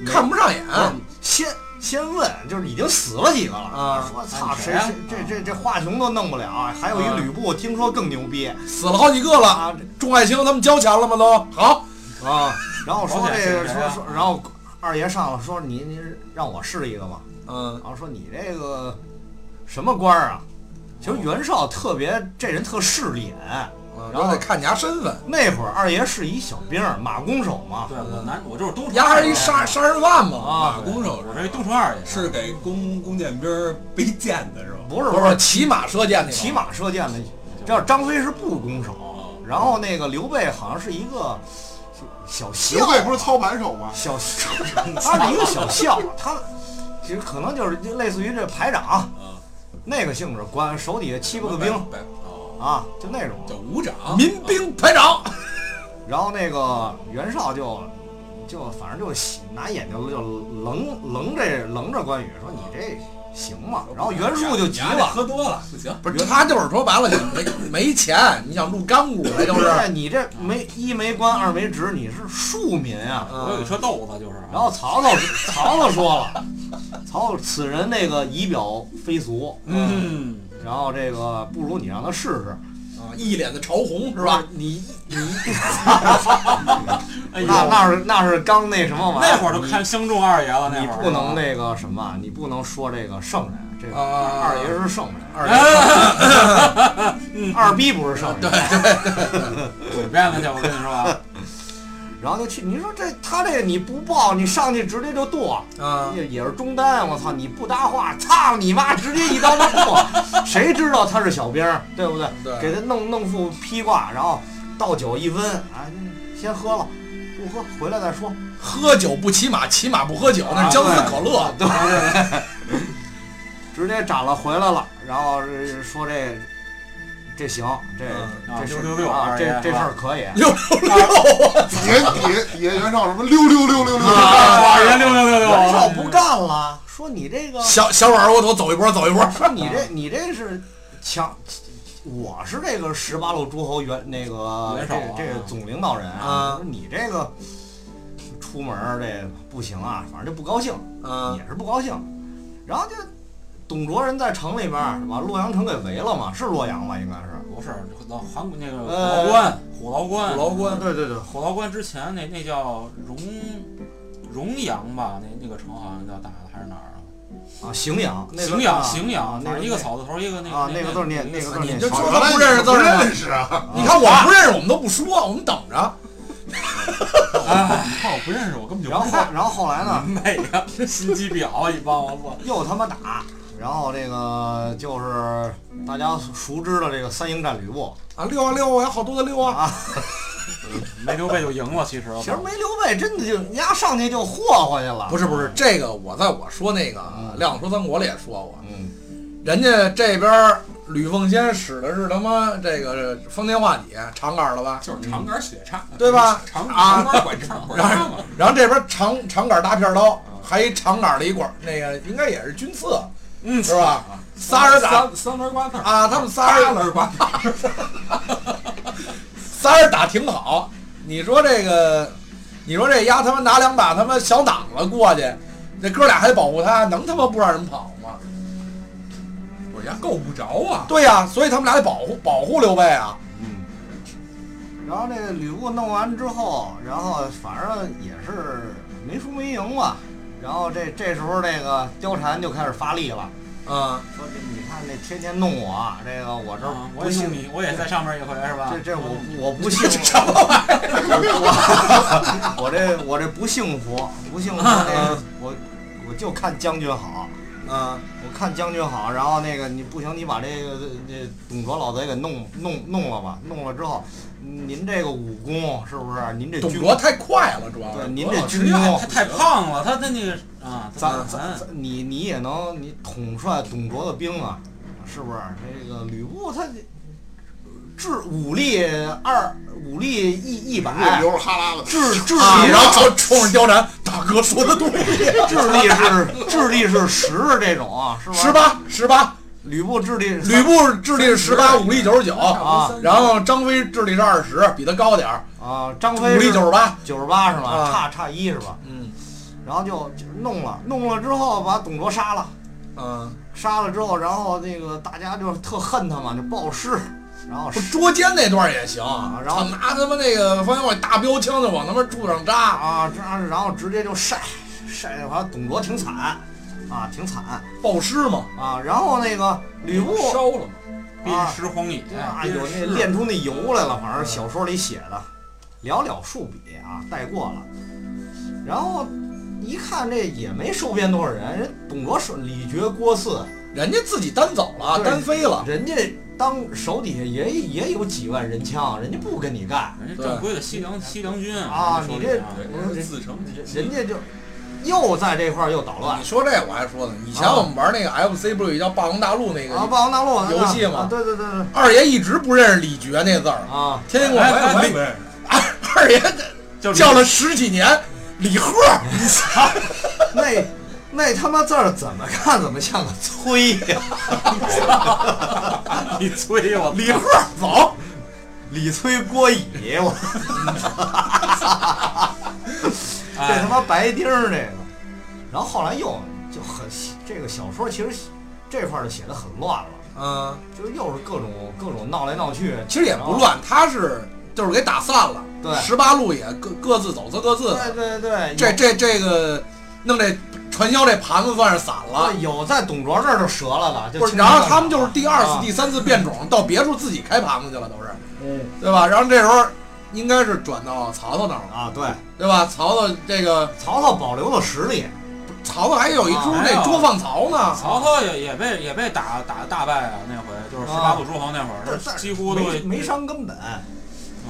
没看不上眼，不是先先问，就是已经死了几个了啊说操，哎谁谁啊谁这这这华雄都弄不了，还有一啊吕布，听说更牛逼死了好几个了。啊众爱卿他们交钱了吗？都好，这啊。然后说保险这个是谁说啊说，然后二爷上了说你你让我试一个吧，嗯，然后说你这个什么官儿啊？其实袁绍特别这人特势利眼。然后得看你家身份，那会儿二爷是一小兵儿，马弓手嘛。对我男我就是东牙还是一杀杀人犯嘛。打啊，弓手我是一东城二爷，是给弓弓箭兵儿背箭的是 吧？不是不不是是骑马射箭那骑马射箭的，这张飞是步弓手，然后那个刘备好像是一个小校，刘备不是操盘手 吗？小校，他是一个小校，他其实可能就是类似于这排长啊，那个性质，管手底下七八个兵背哦，啊，就那种。叫武种长。哦民兵排长，啊然后那个袁绍就就反正就喜拿眼睛就棱棱这棱着关羽说你这行吗？然后袁术就急牙这了，喝多了不行。不是他就是说白了，你没没钱，你想入干股那就是。哎你这没一没官二没职，你是庶民啊。我有一车豆子就是啊，然后曹操， 曹操说了，曹操此人那个仪表非俗，嗯，然后这个不如你让他试试，啊，一脸的潮红是是吧吧？？你你哎呦，嗯那那是那是刚那什么玩意那会儿都你看相中二爷了，那你会儿不能那个什么，你不能说这个圣人，这个啊二爷是圣人，二 爷二逼不是圣人。对。诡辩了去，我跟你说 啊，然后就去，你说这他这个你不报，你上去直接就剁，啊，也也是中单，我操，你不搭话，操你妈，直接一刀就剁，谁知道他是小兵儿，对不对？对给他弄弄副披挂，然后倒酒一温，啊，先喝了，不喝回来再说。喝酒不骑马，骑马不喝酒，那是姜丝可乐。对，直接斩了回来了，然后是说这这行，这、嗯这事啊六六六啊，二这爷这事啊儿可以。六六六啊，底下底下底下袁绍什么六六六六六二六爷六六六六，嗯袁绍啊不干了，说你这个小小碗窝头走一波，走一波。说你这你这是强，我是这个十八路诸侯元那个元这首个啊这个总领导人啊我说你这个出门儿这不行啊，反正就不高兴，啊嗯也是不高兴，然后就董卓人在城里边儿把洛阳城给围了嘛，是洛阳吧？应该是，不是老韩国那个虎呃牢关，虎牢关，虎牢关对对对，虎牢关之前那那叫荣荣阳吧，那那个城好像叫打的还是哪儿啊？啊，荥阳，那个荥阳，啊荥啊阳，那哪个一个草字头一个那啊个那个字儿念那个字儿念你就小说原他来不认识字不儿呢？认识啊！你看我们不认识，我们都不说，我们等着。哎，你看我不认识，我根本就然不后认后 识。然后后来呢，哪个心机婊一帮我操！又他妈打，然后这个就是大家熟知的这个三英战吕布。啊，溜啊溜啊，我有好多的溜啊。没刘备就赢了，其实其实没刘备，真的就人家上去就霍霍去了。不是，是不是，这个我在我说那个《亮说三国》里也说过，嗯，人家这边儿吕奉先使的是他妈这个方天画戟，长杆儿了吧？就是长杆血叉，对吧长啊长杆管 长管然叉后嘛。然后这边长长杆大片刀，还一长杆的一管，那个应该也是军刺，嗯是吧？啊仨人打三三轮刮刺儿啊，他们仨八人轮刮刺儿，仨人打挺好。你说这个，你说这丫他妈拿两把他妈小挡了过去，这哥俩还保护他，能他妈不让人跑吗？我家够不着啊。对呀、所以他们俩得保护保护刘备啊。然后这个吕布弄完之后，然后反正也是没输没赢吧。然后这这时候这个貂蝉就开始发力了，嗯，说这你看这天天弄我，这个我这啊，我不也信用你，我也在上面一回是啊吧？这这我我不幸福， 我我我这我这不幸福，不幸福，这我我我就看将军好，啊，我看将军好，然后那个你不行，你把这个这董卓老贼给弄弄弄了吧，弄了之后，您这个武功是不是？您这董军卓太快了，主要对是您董这卓军他功他，太胖了，他他那个啊，咱咱咱咱你你也能你统帅董卓的兵啊，是不是？这个吕布他智武力二武力一一这百，流着哈喇子，智智啊，力然后就冲着貂蝉，大哥说的对，智力是智力是十这种啊，是吧？十八十八，吕布智力吕布智力是十八，武力九十九啊哦然后张飞智力是二十，比他高点儿，啊，张武飞力九十八，九十八是吧？啊差差一是吧？嗯然后就就弄了，弄了之后把董卓杀了，嗯，杀了之后，然后那个大家就特恨他嘛，就暴尸，然后不捉奸那段也行，然后操拿他妈那个方向盘大标枪就往他们柱上扎，啊，这样然后直接就晒晒的，反正董卓挺惨啊，挺惨暴尸嘛，啊。然后那个吕布哎烧了嘛，鞭尸荒野，啊，鞭有那尸练出那油来了，反正小说里写的，寥寥数笔啊，带过了。然后一看这也没收编多少人，人董卓手李傕、郭汜，人家自己单走了，对单飞了，人家当手底下也也有几万人枪，人家不跟你干，人家正规的西凉西凉军啊手里你这啊对，嗯自成体系人家就又在这块儿又捣乱你。说这我还说呢，以前啊我们玩那个 FC 不是有一叫《霸王大陆》那啊，个，霸王大陆那哎游戏嘛啊对对对对，二爷一直不认识李傕那字儿，啊，天天给我哎回哎回哎啊二爷叫叫了十几年李贺， 那那他妈字儿怎么看怎么像个崔呀、你催我，李贺走，李崔郭乙，我 这他哎妈白丁儿这个。然后后来又就很这个小说其实这块儿就写的很乱了， 嗯，就是又是各种各种闹来闹去，其实也不乱，他是就是给打散了，哦对十八路也各各自走各各自对对的，对，这这这个弄这传销这盘子算是散有了。对啊有在董卓这儿就折了的，就不是，然后他们就是是第二次、啊第三次变种，到别处自己开盘子去了，都是，嗯对吧？然后这时候应该是转到曹操那儿了，啊，对，对吧？曹操这个曹操保留了实力，曹操还有一出啊那捉放曹呢，曹操也也被也被打打大败啊，那回就是十八路诸侯那会儿，但是几乎都没没伤根本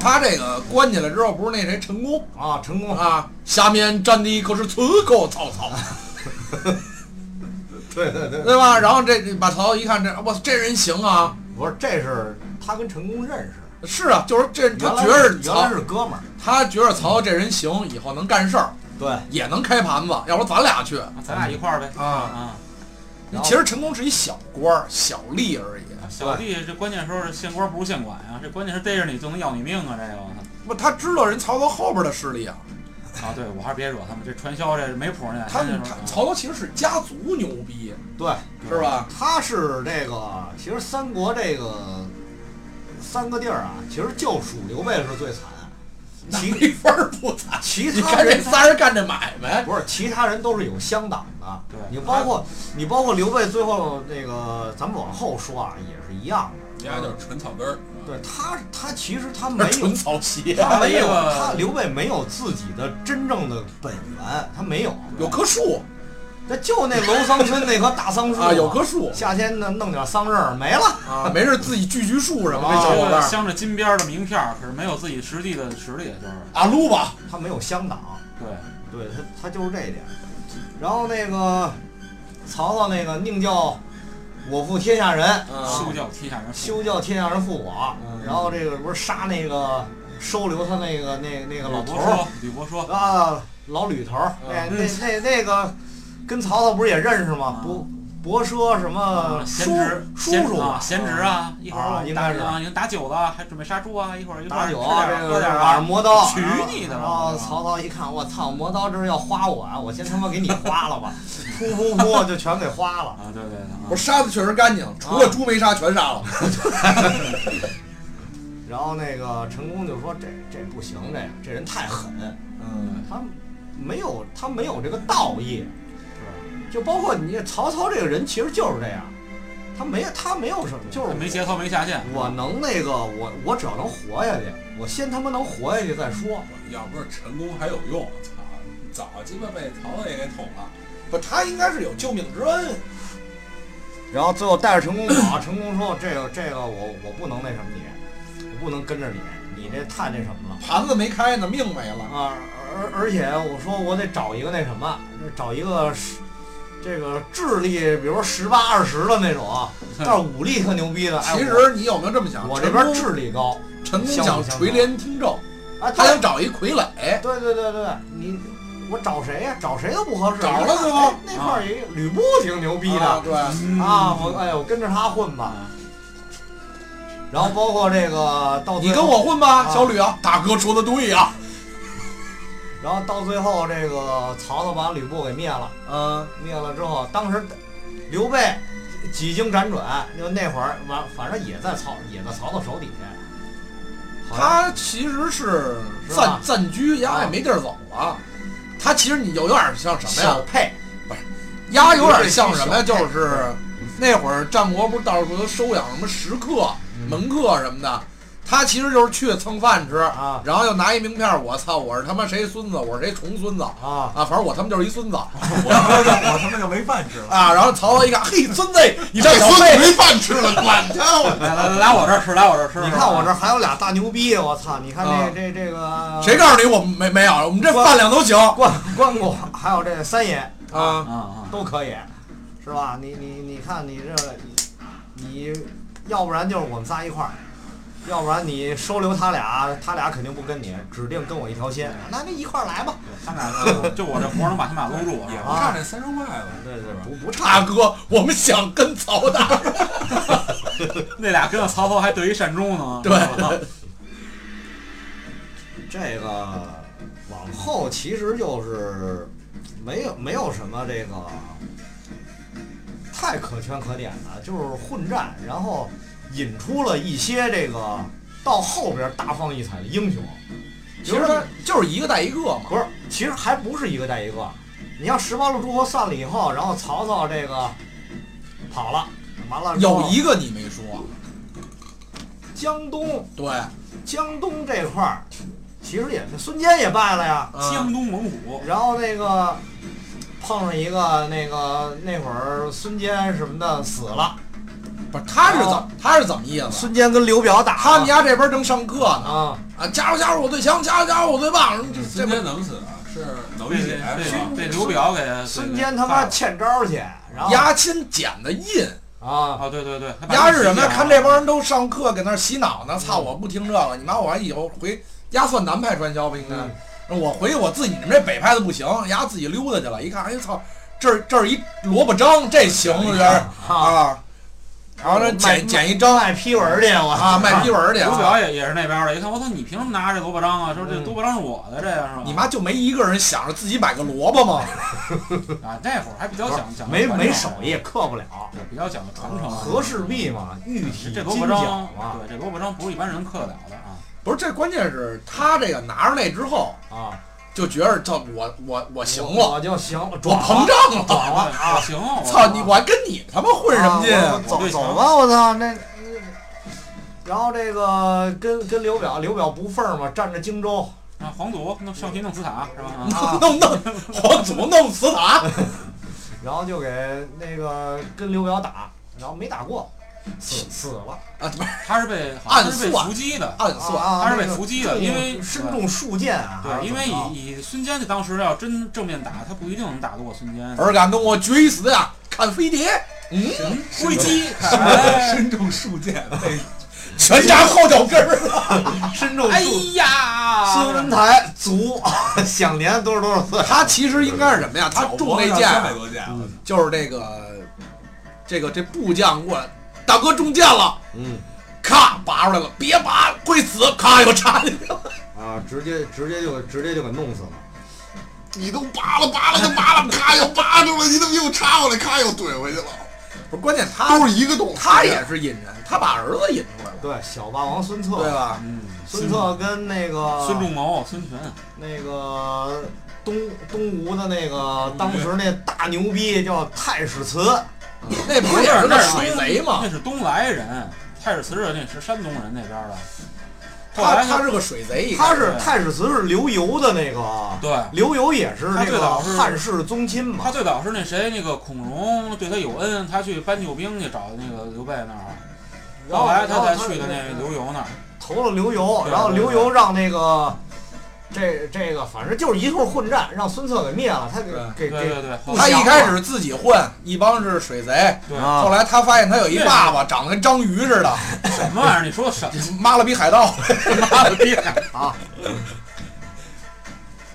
他这个关起来之后，不是那谁陈宫啊，成功了，啊？下面站的可是此狗曹操，对对对，对吧？然后这把曹操一看，这我这人行啊，不是，这是他跟陈宫认识，是啊，就是这人他原来觉着原来曹，是哥们儿，他觉着曹操这人行，以后能干事儿，对，也能开盘子，要不咱俩去啊咱俩一块儿呗啊？啊！然后其实陈宫是一小官儿、小吏而已，小弟这关键时候是县官不如县管啊呀，这关键是逮着你就能要你命啊！这个我操不，他知道人曹操后边的势力啊。啊，对我还是别惹他们，这传销这没谱呢。他真的们是他啊曹操其实是家族牛逼，对，是吧？他是这个，其实三国这个三个地儿啊，其实就属刘备是最惨，那其没法儿不惨。其你他看这人仨人干这买卖，不是，其他人都是有乡党的。对你包括你包括刘备，最后那个咱们往后说啊，也是一样的。人家就是纯草根儿。嗯对他，他其实他没 有纯曹协，他没他有那个他刘备没有自己的真正的本源，他没有，有棵树他就那楼桑村那棵大桑树啊，有棵树夏天呢弄点桑葚儿没了。 啊，没事自己锯锯树什么这的，小小伙伙伴伴儿镶着金边儿的名片儿，可是没有自己实地的实力，就是啊，撸吧，他没有乡党，对。对他他就是这一点。然后那个曹操那个宁叫我负天下人，休教天下人，嗯休教天下人负我。嗯然后这个不是杀那个收留他那个那那个老吕伯头说儿，吕伯说，啊，老吕头儿，那那那那个跟曹操不是也认识吗？啊伯伯奢什么啊呃叔贤侄，叔贤叔啊，贤侄啊，一会儿啊我们应打该是啊，你打酒了，还准备杀猪啊，一会儿一块打儿酒吃点啊，儿这喝个点儿晚上啊，磨刀，娶你的吧然后曹操一看，我操，磨刀这是要花我啊！我先他妈给你花了吧，噗噗噗就全给花了。啊，对对对，啊我杀的确实干净，除了猪没杀，全杀了。然后那个陈宫就说：“这这不行，这这人太狠，嗯，他没有他没有这个道义，就包括你曹操这个人其实就是这样，他没他没有什么，就是啊没节操没下限，我能那个我我只要能活下去，我先他妈能活下去再说。要不是陈宫还有用，操！早鸡巴被曹操也给捅了。不，他应该是有救命之恩。然后最后带着成功跑， 成功说这个这个我我不能那什么你，我不能跟着你，你这太那什么了。盘子没开呢，命没了。啊，而而且我说我得找一个那什么，找一个十这个智力，比如十八二十的那种 啊，但是武力特牛逼的。哎其实你有没有这么想？我我这陈边宫智力高陈宫相辅想相垂成帘听政，啊，他对想找一傀儡。对对对对，你我找谁呀、找谁都不合适。找了最后哎那块儿也有吕布挺牛逼的啊对，啊，我哎我跟着他混吧。然后包括这个到最嗯你跟后我混吧，啊小吕啊，大哥说的对呀。然后到最后，这个曹操把吕布给灭了，嗯，灭了之后，当时刘备几经辗转，就那会儿完，反正也在曹也在曹操手底下。好像他其实是啊是吧暂暂居，丫也没地儿走了。他其实你有有点像什么呀小？沛，丫有点像什么呀？小就沛是那会儿战国不是到处都收养什么食客、门客什么的，他其实就是去蹭饭吃啊然后又拿一名片儿，我操，我是他妈谁孙子，我是谁重孙子啊啊，反正我他妈就是一孙子我他妈我他妈就没饭吃了。啊。然后曹操一看，嘿，孙 子，你这这小孙子辈没饭吃了，管他！我来来来，来我这儿吃，来我这儿吃。你看我这还有俩大牛逼，我操！你看啊这这这个谁告诉你我们没没有？我们这饭量都行关关公，还有这三爷啊。啊都可以，是吧？你你你看你这，你要不然就是我们仨一块儿，要不然你收留他俩，他俩肯定不跟你，指定跟我一条心。那就一块儿来吧。啊，他俩就我这活能把他们俩搂住。也不啊差这三十块吧？对对，啊不不大哥，我们想跟曹大人那俩跟着曹操还得一善终呢。嗯对这个往后其实就是没有没有什么这个太可圈可点的，就是混战，然后引出了一些这个到后边大放异彩的英雄。其实他就是一个带一个嘛。不是，其实还不是一个带一个。你像十八路诸侯散了以后，然后曹操这个跑了，完了之后有一个你没说，江东，对，江东这块儿其实也孙坚也败了呀。嗯 江东猛虎，然后那个碰上一个那个那会儿孙坚什么的死了，不是他是怎么他哦是怎么意思？孙坚跟刘表打他们家这边正上课呢啊，啊，加油加油，我最强，加油加油，我最棒，什么这孙这坚怎么死的？啊是脑被溢血被是吧？哎被刘表给给孙坚他妈欠招去，然后牙签剪的印，啊啊，对对对，他把牙是什么呀？他看这帮人都上课给那儿洗脑呢，操！我不听这个，你妈我还以后回牙算南派传销吧应该嗯。我回我自己，你们这北派的不行，牙自己溜达去了，一看，哎操，这儿这儿一萝卜章，这行有点儿啊，啊。然后呢，卖剪剪一张卖批文去我啊，哦卖批文去刘啊。表也也是那边的，一看我操，你凭什么拿着这萝卜章啊？说这嗯萝卜章是我的，这个是吧？你妈就没一个人想着自己买个萝卜吗？啊，那会儿还比较讲讲究没传没承手艺，刻不了，对比较讲究传承。啊和氏璧嘛，玉体这金萝卜章角，嘛对，这萝卜章不是一般人刻得了的啊。不是，这关键是他这个拿着那之后，啊，就觉着这我我我行我了，我就行，我转胀膨胀了，转了我啊，行啊，我操你！我还跟你他妈混什么劲啊我啊？我走走吧，我操那。然后这个跟跟刘表，刘表不忿儿嘛，占着荆州，啊，皇祖弄上去弄紫塔是吧？啊啊弄弄皇祖弄死 塔，然后就给那个跟刘表打，然后没打过，死死了，他是被好暗像是被算伏击的，啊暗算。啊他是被那个伏击的中因为身中数箭啊，还对，因是怎么为着以以孙坚这当时要真正面打，他不一定能打得过孙坚。尔敢跟我决一死啊！看飞碟，嗯，归击， 哎身中数箭被全扎后脚跟 儿了。身中哎数，呀，孙文台卒， 享年多少多少岁？他其实应该是什么呀？他中那箭三啊百多箭，就是这个，这个这部将过来，大哥中箭了，嗯咔拔出来了，别拔会死，咔又插进去了。啊，直接直接就直接就给弄死了。你都拔了拔了就拔了，咔又拔住了，你怎么又插过来，咔又怼回去了？不是，关键他都是一个东西。他也是引人，他把儿子引出来了，对，小霸王孙策，对吧？嗯，孙策跟那个孙仲谋、孙权，那个东东吴的那个当时那大牛逼叫太史慈，那不也是那水贼吗嗯那？是东莱人，太史慈是那是山东人那边的，后来他呢他是个水贼，应该他是太史慈是刘游的那个，对刘游也是那他最个早是汉室宗亲嘛他，最早是那谁那个孔融对他有恩，他去搬救兵去找那个刘备那儿，然后后来然他后才他去的那刘游那儿。投了刘游，对然后对刘对游让那个这这个反正就是一通混战，让孙策给灭了，他给对给对给对，不后他想一开了始自己混，一帮是水贼，对后啊，来他发现他有一爸爸长得跟章鱼似的，什么玩意儿？你说什么？妈了逼海盗。 妈的逼！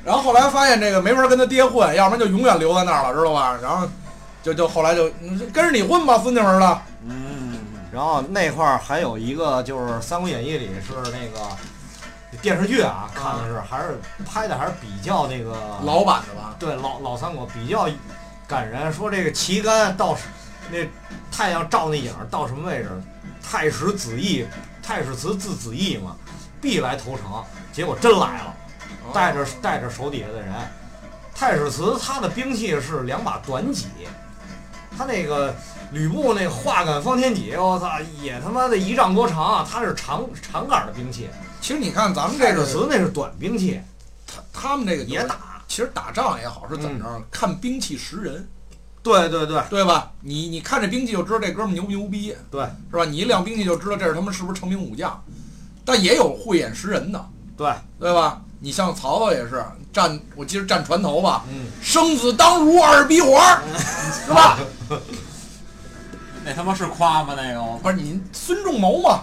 然后后来发现这个没法跟他爹混，要不然就永远留在那儿了，知道吧？然后就就后来就嗯就跟着你混吧，孙女儿的。嗯，然后那块儿还有一个就是《三国演义》里是那个电视剧啊，看的是还是拍的还是比较那个老版的吧？对老老三国比较感人，说这个旗杆到什那太阳照那影儿到什么位置，太史子义，太史慈字子义嘛，必来投诚。结果真来了，带着带着手底下的人。太史慈他的兵器是两把短戟，他那个吕布那画杆方天戟，我操，也他妈的一丈多长啊！他是长长杆儿的兵器，其实你看咱们太这史个慈那是短兵器，他他们这个也打。其实打仗也好是怎么着，看兵器识人，对对对，对吧？你你看这兵器就知道这哥们牛不牛逼，对，是吧？你一亮兵器就知道这是他妈是不是成名武将，但也有慧眼识人的，对，对吧？你像曹操也是站，我记得站船头吧，嗯，生子当如二逼火，是吧？ 那他妈是夸吗？那个我不是你孙仲谋嘛？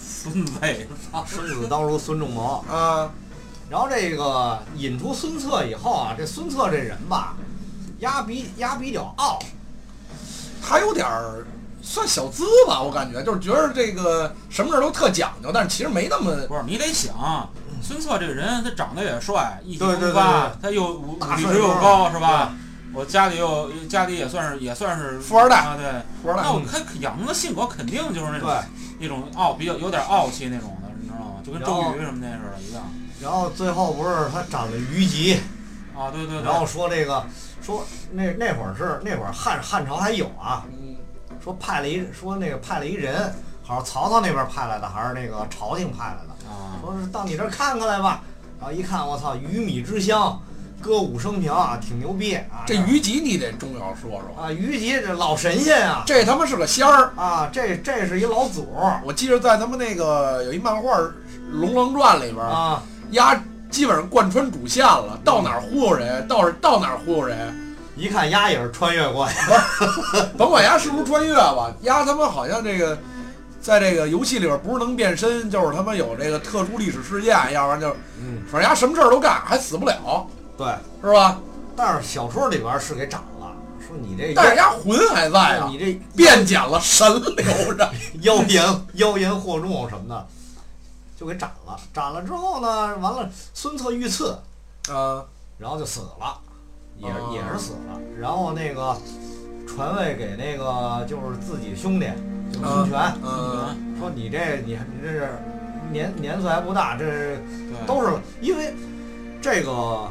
孙辈，操！生子当如孙仲谋。啊，然后这个引出孙策以后啊，这孙策这人吧，压比压比较傲，他有点儿算小资吧，我感觉就是觉得这个什么事儿都特讲究，但是其实没那么不是你得想，孙策这个人，他长得也帅，意气嗯对风对对发，他又武大武力帅值又哥高，是吧？我家里又家里也算是也算是富二代啊，对。不知那道。我看养的性格肯定就是那嗯对种。那种傲，比较有点傲气那种的，你知道吗？就跟然后周瑜什么那似的一样。然后最后不是他斩了虞姬，啊，对对然对，后说这个说那那会儿是那会儿汉汉朝还有啊，说派了一说那个派了一人，好像曹操那边派来的还是那个朝廷派来的，啊，说是到你这儿看看来吧。然后一看，我操，鱼米之乡，歌舞升平啊，挺牛逼啊。这虞姬你得重要说说，啊，虞姬这老神仙啊，这他妈是个仙儿。啊，这这是一老祖我记着在他们那个有一漫画《龙王传》里边，啊，丫基本上贯穿主线了，到哪儿忽悠人，到到哪儿忽悠人，一看丫也是穿越过来，甭管丫是不是穿越吧，丫他妈好像这个。在这个游戏里边，不是能变身，就是他妈有这个特殊历史事件，要不然就嗯，反正丫什么事儿都干，还死不了，对。是吧？但是小说里边是给斩了，说你这但是丫魂还在啊你，这变简了，神留着。妖言 妖言惑众什么的，就给斩了。斩了之后呢，完了孙策遇刺，啊，然后就死了，也是、哦也是死了。然后那个传位给那个就是自己兄弟，就是孙权，嗯，说你这你你这是年年岁还不大，这是对，都是因为这个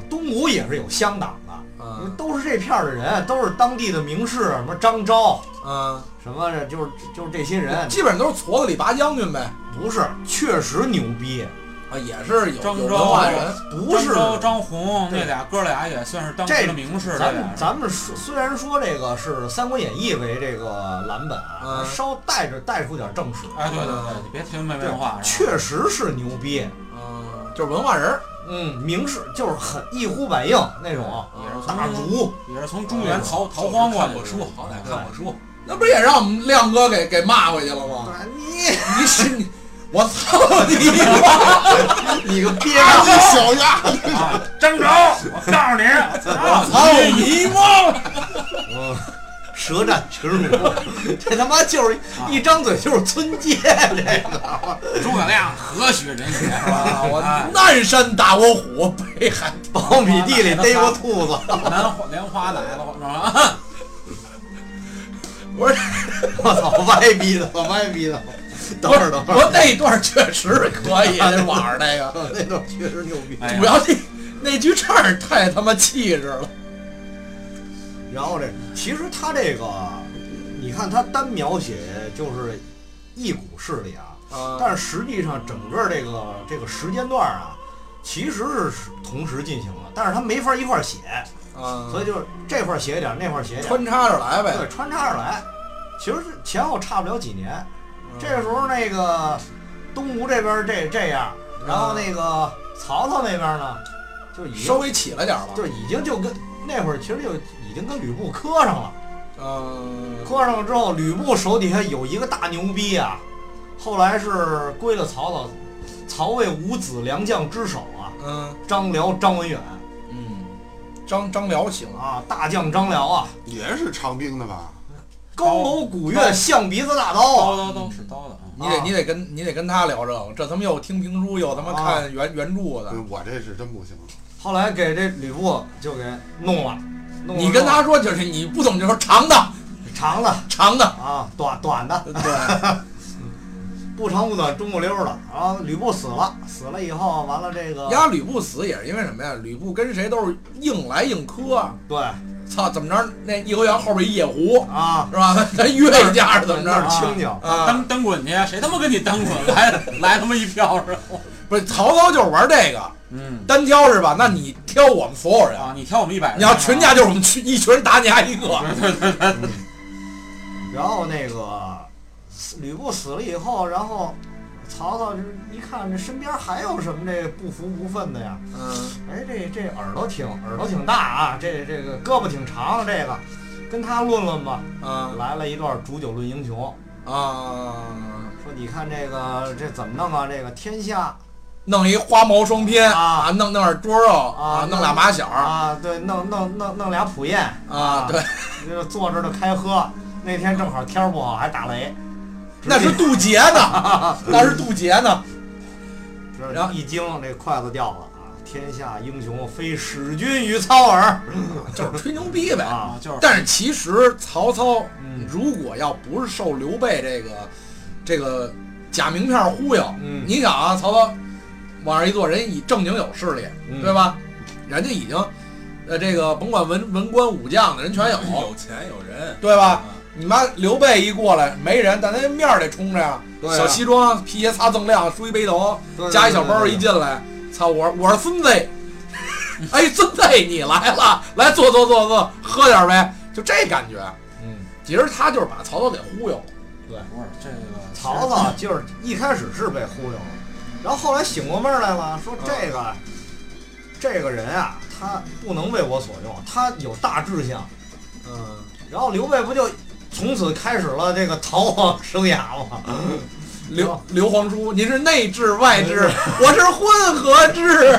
东吴也是有乡党的，嗯都是这片儿的人，都是当地的名士，什么张昭，嗯，什么的，就是就是这些人，基本上都是矬子里拔将军呗。不是确实牛逼，啊，也是有张有昭文化人。不是张昭、张宏对那俩哥俩也算是当这时的名士，这咱俩们人咱们说，虽然说这个是《三国演义》为这个蓝本啊，嗯稍带着带出点正史，哎，对对对，你别听没文化，是吧确实是牛逼，嗯，就是文化人儿。嗯，名士就是很一呼百应那种，也是从大儒，嗯也是从中原逃逃就是荒过看来我的。书，好歹看我 书。那不是也让我们亮哥给给骂回去 了吗？嗯啊你你是你，我操你妈！你个鳖哎你小丫头，啊张昭，我告诉你，啊我操 你妈！嗯，舌战群儒，这他妈就是一一张嘴就是村街，这个诸葛亮何许人 也是吧？我哎南山打过虎，北海苞米地里逮过兔子， 南花莲花来了，是吧？不是我操，歪逼的，歪逼的，等会儿等会我儿，那段确实可以，那网上那个，那段确实牛逼。哎 主呀，要那那句唱儿太他妈气质了。然后这其实他这个，你看他单描写就是一股势力啊，啊，但是实际上整个这个这个时间段啊，其实是同时进行的，但是它没法一块儿写，啊，所以就是这块儿写一点，那块儿写一点，穿插着来对呗。穿插着来。其实是前后差不了几年，这时候那个东吴这边这这样，然后那个曹操那边呢，就已经稍微起了点儿了，就已经就跟那会儿其实就已经跟吕布磕上了，嗯，磕上了之后，吕布手底下有一个大牛逼啊，后来是归了曹操，曹魏五子良将之首啊，嗯张辽、张文远嗯，张张辽行啊，啊，大将张辽啊，也是长兵的吧？高楼古月，象鼻子大刀 刀刀啊，刀是刀的啊。你得你得跟你得跟他聊这个，这他妈又听评书又他妈啊看原原著的，我这是真不行了。后来给这吕布就给弄了，弄了你跟他说就是你不懂就说长的 长的长的，啊，短短的，对，不长不短，中不溜儿的，然后吕布死了，死了以后完了这个压吕布死也是因为什么呀？吕布跟谁都是硬来硬磕，对操，怎么着？那颐和园后边一野狐啊，是吧？ 咱约一架是怎么那儿着？清静。啊，单单滚去，谁他妈跟你单滚？来来他妈一票 是吧？不是曹操就是玩这个嗯单挑是吧？那你挑我们所有人，啊，你挑我们一哎百人啊，你要群架就是我们群一群人打你丫一个。然后那个死吕布死了以后，然后曹操就是一看这身边还有什么这不服不忿的呀？嗯哎，这这耳朵挺耳朵挺大啊，这这个胳膊挺长，这个跟他论论吧。啊来了一段煮酒论英雄，啊，说你看这个这怎么弄啊？这个天 下弄一花毛双鞭啊啊，弄弄点猪肉啊啊，弄俩马小啊，啊，对，弄弄弄弄俩普宴对，，就是坐 这儿就开喝。那天正好天儿不好，还打雷，直那接是渡劫 呢，那是渡劫呢。然后一惊，这筷子掉了啊！天下英雄非使君与操耳就是吹牛逼呗。啊啊，！就是但是其实曹操嗯如果要不是受刘备这个这个假名片忽悠，嗯你想啊，曹操往这一坐，人以正经有势力，嗯对吧？人家已经呃这个甭管文文官武将的人全有，嗯有钱有人， 啊对吧？你妈刘备一过来没人，但他面儿得冲着呀，对啊小西装皮鞋擦锃亮，梳一背头，嗯加一小包一进来，操我我是孙子， 哎孙子你来了，来坐坐坐坐，喝点呗，就这感觉。嗯，其实他就是把曹操给忽悠了，不是这个曹操啊就是一开始是被忽悠了，然后后来醒过味儿来了，说这个、这个人啊，他不能为我所用，他有大志向。嗯，然后刘备不就从此开始了这个逃亡生涯吗？刘刘皇叔，您是内治外治，嗯我是混合 治，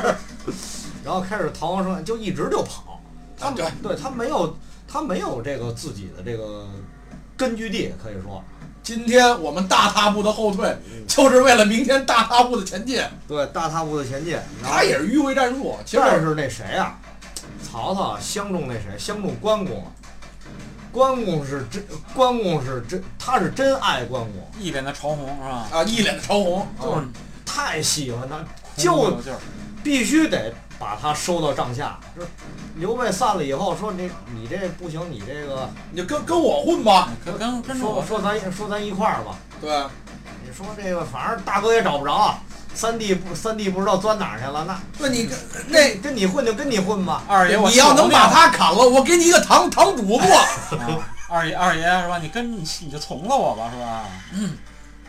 然后开始逃亡生涯，就一直就跑。他对对他没有他没有这个自己的这个根据地，可以说今天我们大踏步的后退，就是为了明天大踏步的前进。对大踏步的前进。然后他也是迂回战术，其实但是那谁啊，曹操啊相中那谁，相中关公啊。关公是真，关公是真，他是真爱关公，一脸的潮红是吧？嗯啊，一脸的潮红，就是太喜欢他，就就是必须得把他收到帐下。就是刘备散了以后说你你这不行，你这个你就跟跟我混吧，啊跟跟跟着说我说咱说咱一块儿吧。对，你说这个反正大哥也找不着，三弟不三弟不知道钻哪儿去了，那那你那跟你混就跟你混吧。二爷，我你要能把他他砍了，我给你一个堂堂主做。啊二爷二爷是吧？你跟你你就从了我吧是吧？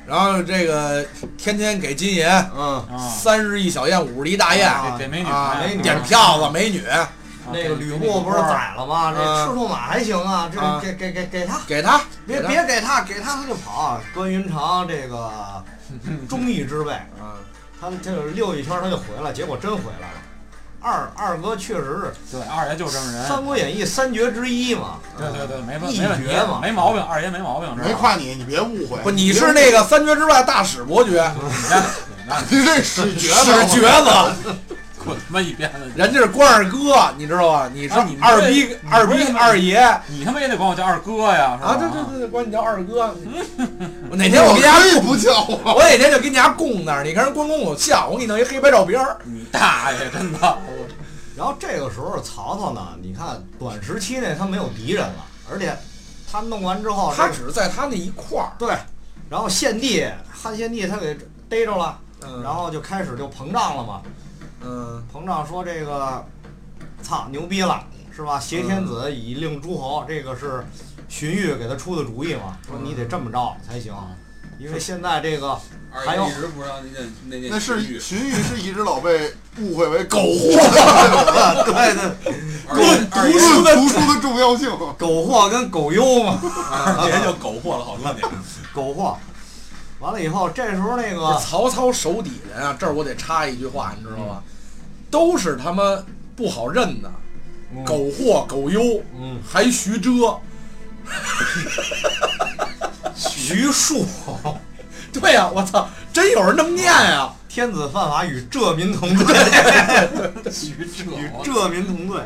然后这个天天给金爷嗯，啊，三日一小宴，五日一哎大宴，啊给给美女啊哎美女点票子美女啊那给个吕布不是宰了吗？这啊赤兔马还行啊，啊这给给给给他。给他，别给他别给他，给他他就跑。关云长这个忠义之辈，啊，他就是溜一圈他就回来，结果真回来了。二二哥确实对二爷就是这么《人，三国演义》三绝之一嘛，对对对，没问一没问绝嘛题，没毛病，二爷没毛病，知道没吧夸你，你别误会。不，你是那个三绝之外大使伯 爵，你家你那 你这使角使子，角子，滚他妈一边子去！ 人家是关二哥，你知道吧？你是啊你们二这逼你二不是逼吗二爷。你他妈也得管我叫二哥呀，是吧？啊，对对对对，管你叫二哥。我哪天我我跟人家可以不叫 我。我哪天就跟人家供那儿，你看人关公偶像，我给你弄一黑白照片儿。你大爷，真的！然后这个时候曹操呢，你看短时期内他没有敌人了，而且他弄完之后，他这只是在他那一块儿，对然后献帝汉献帝他给逮着了，嗯然后就开始就膨胀了嘛，嗯膨胀说这个，操牛逼了是吧？挟天嗯子以令诸侯，这个是荀彧给他出的主意嘛，说你得这么着才行，因为现在这个还有嗯二爷一直不知道那件那件那是剧荀彧是一直老被误会为狗货， 对对。二爷二读爷书的读书的重要性。狗货跟狗优嘛，二爷就苟获了好 多年。狗货。完了以后，这时候那这 个曹操手底人啊，这儿我得插一句话，你知道吗？都是他妈不好认的，狗货、狗优，嗯，还徐遮。徐庶，对呀、我操，真有人那么念啊呀、天子犯法与浙民同罪，徐志与浙民同罪。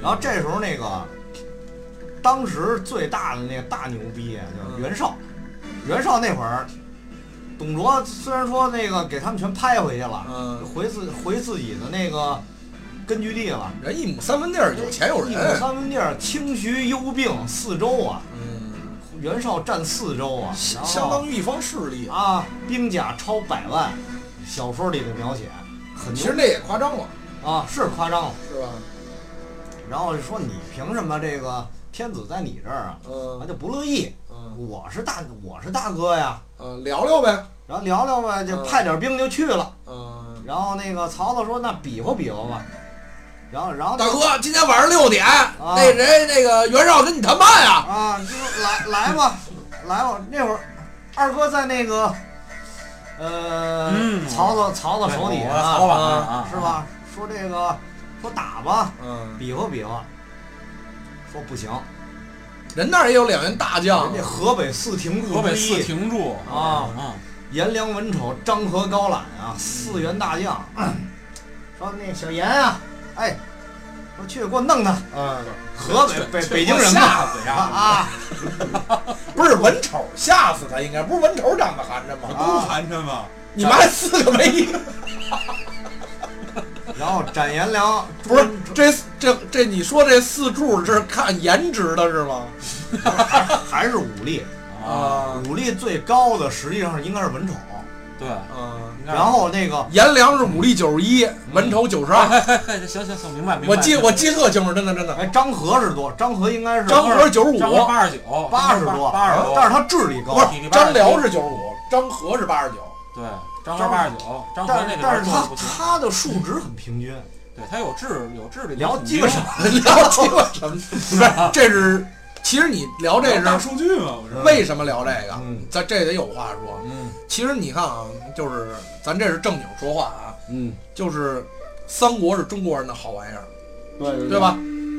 然后这时候那个，当时最大的那个大牛逼啊就是袁绍，袁绍那会儿，董卓虽然说那个给他们全拍回去了，嗯回自回自己的那个根据地了，人一亩三分地儿，有钱有一亩人。三分地儿，清徐幽并四周啊。嗯，袁绍占四周啊，然后相当于一方势力。啊，兵甲超百万，小说里的描写很其牛实那也夸张了，啊，是夸张了。是吧？然后就说你凭什么这个天子在你这儿啊？他嗯就不乐意，嗯我是大我是大哥呀。呃，聊聊呗。然后聊聊呗，就嗯派点兵就去了。嗯，然后那个曹操说：“那比划比划吧。”然后，然后就大哥，今天晚上六点，那谁那个袁绍跟你谈判呀？啊，就说来来 吧，来吧。那会儿二哥在那个呃，嗯曹操曹操手底下呢哎曹法啊，是？吧？说这个，说打吧，嗯，比划比划。说不行，啊人那儿也有两员大将人家。河北四亭河柱北之四一，停住啊啊，颜良、文丑、张合、高览啊，四员大将。 说那小严啊，哎，说去给我弄他，啊嗯，河北北北京人嘛，吓死啊呀！啊，不是文丑吓死他，应该不是文丑长得寒碜啊啊吗？不寒碜吗？你妈四个没一个，然后斩颜良，不是 这这这你说这四柱是看颜值的是吗？还是武力，啊，武力最高的实际上应该是文丑，对，嗯，应该是然后那个颜良是武力九十一，文丑九十哎二，哎哎哎， 行行行，明白明白。我记我记特清楚，真的真的。哎张合是多，张合应该是张合九十五，张合八十九，八十多，呃八十多，但是他智力高不，是张辽是九十五，张合是八十九。对张合八十九，张合但那是里但边是做的他不行，他的数值很平均，对他有智有智力，聊鸡巴什么？ 聊鸡巴什么？ 不是，这是其实你聊这大是数据嘛，不是？ 为什么聊这个嗯？咱这得有话说。嗯其实你看啊，就是咱这是正经说话啊，嗯，就是三国是中国人的好玩意儿，对对？吧？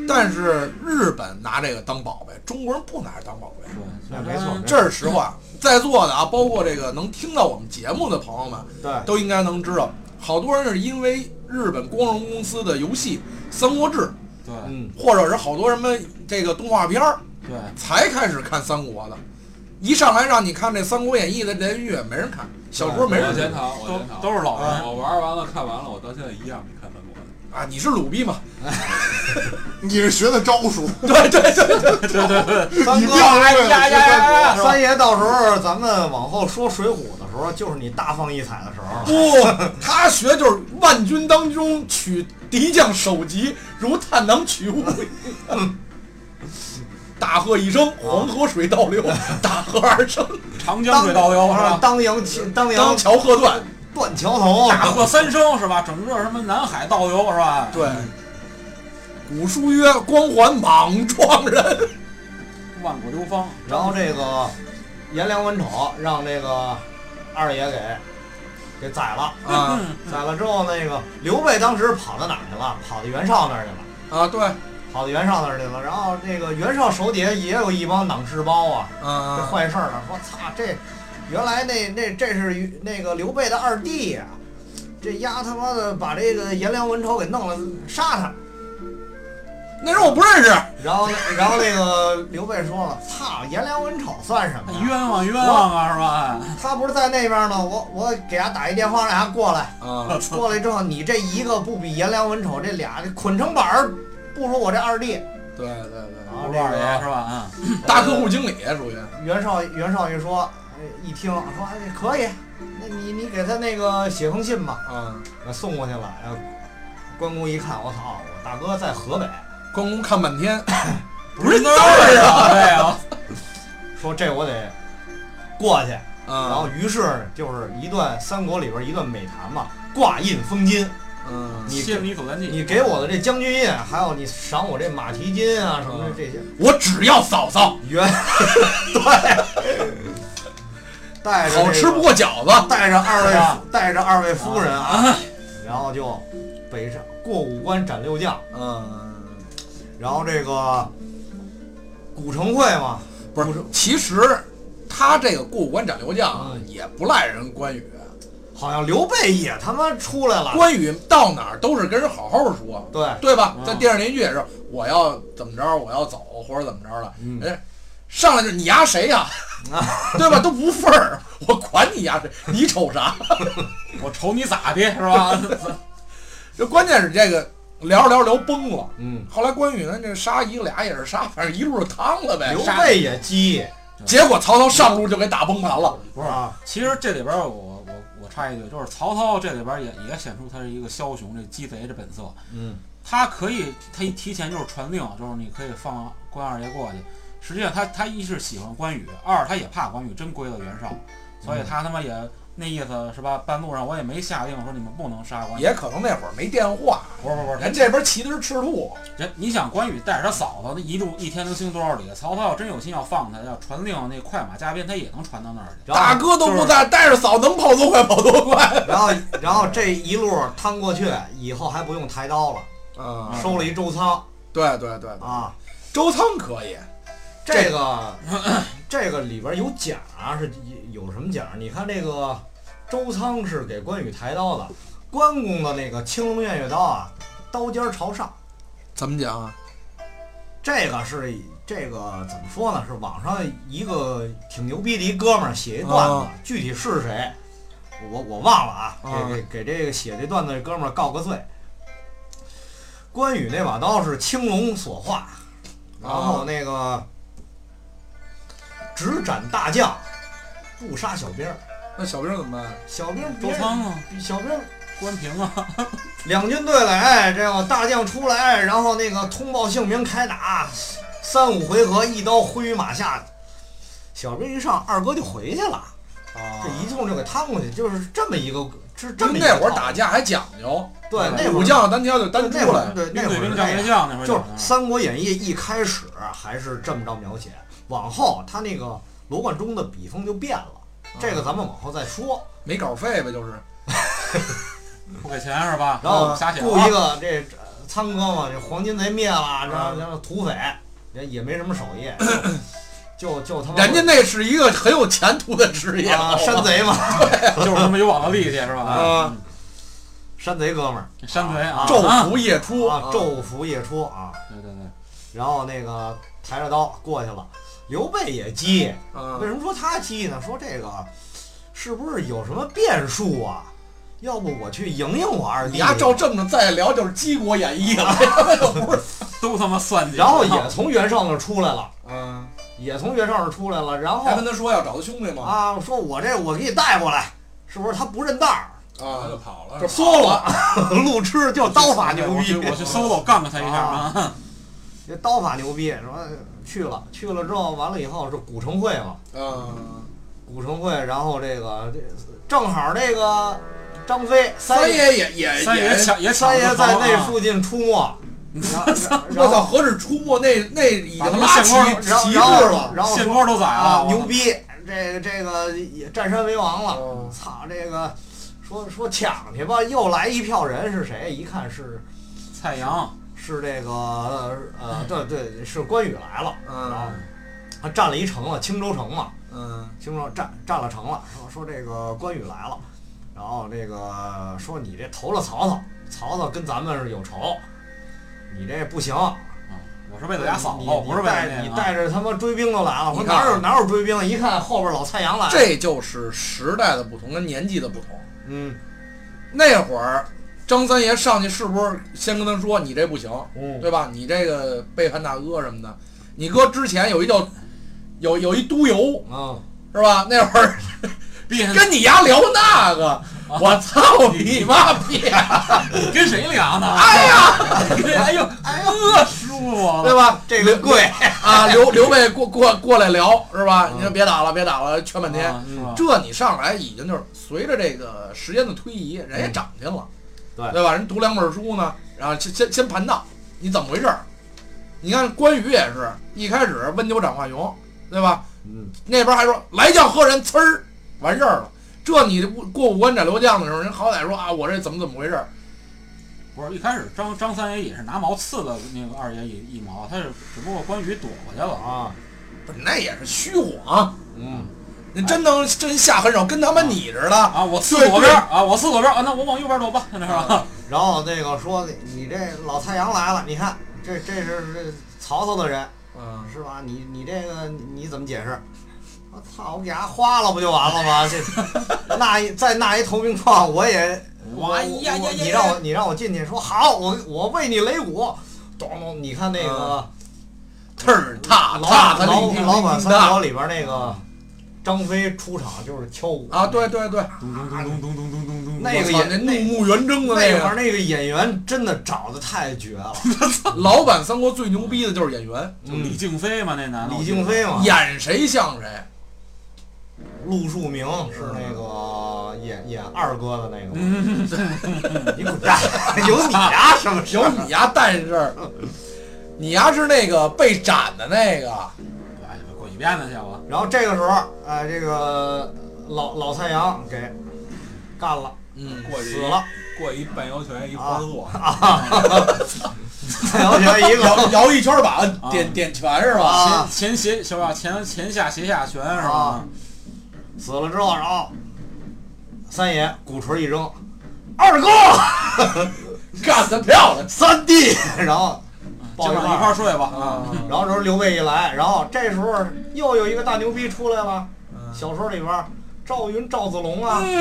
但是日本拿这个当宝贝，中国人不拿这当宝贝。对，嗯没错这是实话，在座的啊，包括这个能听到我们节目的朋友们，对，都应该能知道，好多人是因为日本光荣公司的游戏《三国志》，对嗯，或者是好多什么这个动画片儿，对，才开始看三国的。一上来让你看这《三国演义》的连续剧，没人看，小说没我人检看讨，我啊都检讨，嗯都是老人，我玩完了看完了，我到现在一样没看三国。啊！你是鲁逼嘛？你是学的招数，对对对 对，三你哥不要是为了学三国。三爷到时候咱们往后说《水浒》的时候，就是你大放异彩的时候了。不，他学就是万军当中取敌将首级，如探囊取物。嗯大喝一声，黄河水倒流；大喝二声，长江水倒流是吧？嗯当阳桥，当当阳桥喝断。断桥头，大喝三声是吧？整个什么南海倒流是吧？对，嗯古书曰：“光环莽撞人。”万古流芳，然后这个颜良文丑让这个二爷给给宰了。啊嗯宰了之后，那个刘备当时跑到哪儿去了？跑到袁绍那儿去了。啊，对，跑到袁绍那儿去了，然后那个袁绍手底下也有一帮党士包啊，这啊，坏事儿了，说操这，原来那那这是于那个刘备的二弟呀、这丫他妈的把这个颜良文丑给弄了，杀他。那人我不认识。然后然后那个刘备说了，操颜良文丑算什么哎呀？冤枉冤枉啊是吧？他不是在那边吗？我我给他打一电话，让他过来。啊，过来之后，你这一个不比颜良文丑这俩捆成板儿，不如我这二弟。对对对，啊胡这二爷个是吧？嗯，大客户经理啊属于袁绍袁绍一说，哎一听说哎可以，那你你给他那个写封信吧，啊，那送过去了。然后关公一看，我操，我大哥在河北，关公看半天，啊不是字儿啊，对啊，说这我得过去。然啊后，于是就是一段三国里边一段美谈嘛，挂印封金，嗯，你谢你口干净，你给我的这将军印，还有你赏我这马蹄金啊什么的这些，我只要嫂嫂，原 对，带哎着这个好吃不过饺子，带着二位是吧带着二位夫人啊，然后就北上过五关斩六将，嗯，然后这个古城会嘛，不是，其实他这个过五关斩六将啊嗯也不赖人关羽，啊好像刘备也他妈出来了，关羽到哪儿都是跟人好好说，对，对吧？嗯在电视连续剧也是，我要怎么着，我要走或者怎么着了，嗯人家上来就你压谁 呀、对吧？都不份儿，我管你压谁，你瞅啥？我瞅你咋的，是吧？这关键是这个聊着聊着聊崩了。嗯，后来关羽呢，这杀一个俩也是杀，反正一路就趟了呗刘。杀备也激结果曹操上路就给打崩盘了。不是，啊，其实这里边儿我我我插一句，就是曹操这里边儿也也显出他是一个枭雄、这鸡贼这本色。嗯，他可以，他一提前就是传令，就是你可以放关二爷过去。实际上他他一是喜欢关羽，二他也怕关羽真归了袁绍，所以他他妈也那意思是吧？半路上我也没下令说你们不能杀关羽，也可能那会儿没电话，不是不是嗯不是，人人这边骑的是赤啊兔，人你想关羽带着他嫂子那一路一天能行多少里？啊曹操要真有心要放他，要传令那快马加鞭，他也能传到那儿去。然后大哥都不在，带着嫂能跑多快跑多快。然后，然后这一路趟过去，以后还不用抬刀了，啊收了一周仓对对对对，啊。周仓可以，这个 这个里边有甲是有什么甲？你看这个周仓是给关羽抬刀的，关公的那个青龙偃月刀啊，刀尖朝上。怎么讲啊？这个是这个怎么说呢？是网上一个挺牛逼的一哥们儿写一段子，啊具体是谁我我忘了啊，啊给给给这个写这段子的哥们儿告个罪。关羽那把刀是青龙所化，然后那个只斩大将，不杀小兵儿。那小兵怎么办？小兵周别仓啊，小兵关平啊，两军对垒，哎这样大将出来，然后那个通报姓名开打，三五回合一刀挥于马下，小兵一上，二哥就回去了，啊这一通就给趟过去，就是这么一个，是这么一个那会儿套打架还讲究，对那会武儿将单挑就单那出会儿来。对那 兵会对儿兵，将对是这样将那会儿就是《有三国演义》一开始还是这么着描写，往后他那个罗贯中的笔锋就变了，这个咱们往后再说。没稿费呗，就是呢不给钱是吧？然后瞎写嗯雇啊一个这呃苍哥嘛，这黄金贼灭了，然后然后土匪也也没什么手艺，就就他妈人家那是一个很有前途的职业，啊山贼嘛， 就是他妈有网络力气是吧？啊山贼哥们儿嗯，山贼啊，昼伏夜出啊，昼伏夜出啊，对对对，然后那个抬着刀过去了。刘备也激，啊为什么说他激呢？说这个是不是有什么变数啊？要不我去迎迎我二弟你丫照这么着再聊就是《七国演义》了，都他妈算计。然 后也从袁绍那儿出来了，嗯，也从袁绍那儿出来了，然后还跟他说要找他兄弟嘛，啊，说我这我给你带过来，是不是？他不认道儿，啊，就跑了这缩了，路痴就刀法牛我去，逼，我去 solo 干了他一下啊！这刀法牛逼，说去了，去了之后完了以后是古城会嘛，嗯，古城会，然后这个这正好这个张飞三爷爷也也三爷也，抢也抢了哎三爷他在啊，那附近出没，然后我然操，后何止出没，那那已把他经们拉县官然后旗旗帜然后了，然后县说官都宰啊了，牛逼，这个这个也占山为王了。嗯操，这个说说抢去吧，又来一票人是谁？一看是蔡阳啊是这个呃，对对，是关羽来了，啊嗯，他占了一城了，青州城嘛，嗯，青州占占了城了，说说这个关羽来了，然后这个说你这投了曹操，曹操跟咱们是有仇，你这不行，啊，我是为了俩嫂子，你不是你为了带那你个啊。带着他妈追兵都来了，说你看啊哪有哪有追兵，一看后边老蔡阳来了，这就是时代的不同跟年纪的不同。嗯那会儿张三爷上去是不是先跟他说你这不行，嗯对吧？你这个背叛大哥什么的，你哥之前有一叫有有一督邮嗯啊，是吧？那会儿别跟你丫聊那个，我操你妈逼， 跟谁聊呢？哎呀， 哎呦，哎呦，饿死我对了！吧？这个贵，嗯啊，刘刘备过过过来聊是吧？你说别打了，别打了，劝半天。啊是吧这你上来已经就是随着这个时间的推移，人也长进了，嗯对对吧？人读两本书呢，然后先先先盘道，你怎么回事儿？你看关羽也是一开始温酒斩华雄，对吧？嗯，那边还说来将何人，呲儿完事儿了。这你过五关斩六将的时候，人好歹说啊，我这怎么怎么回事儿？不是一开始张张三爷也是拿矛刺的那个二爷一一矛，他是只不过关羽躲过去了。啊，不是，那也是虚晃，嗯，你真能真下狠手，跟他妈你似的。啊，我刺对左边对啊，我刺左边啊，那我往右边躲吧，那是吧？然后那个说你这老蔡阳来了，你看这这是这曹操的人嗯，是吧？你你这个你怎么解释？我操，我给他花了不就完了吗？这纳一再纳一投名状，我也我哎呀呀呀我呀你让我你让我进去说好，我我为你擂鼓，咚咚，你看那个特儿踏老踏踏，老你听老板你三听国里边那个张飞出场就是敲鼓啊，对对对， 咚咚咚咚咚咚咚咚咚。那个我操也那怒目圆睁的那会儿个那个演员真的找的太绝了，老版三国最牛逼的就是演员，就李嗯静妃嘛，那男的。李静妃嘛，演谁像谁。陆树铭是那个演演二哥的那个，嗯，你滚蛋，有你啊什么事有儿？你呀，但是你呀是那个被斩的那个，哎，滚一边子去吧！然后这个时候，哎，这个老老蔡阳给干了，嗯，过去死了，过一半腰拳，一花坐，蔡阳拳一摇个摇一圈把啊点点拳是吧？啊前前斜是吧？前前下斜下旋是吧啊？死了之后，然后三爷鼓槌一扔，二哥 干得漂亮！三 弟，然后抱今一晚一块块儿。儿睡吧啊！然后这时候刘备一来，然后这时候又有一个大牛逼出来了。嗯小说里边儿，赵云、赵子龙啊，你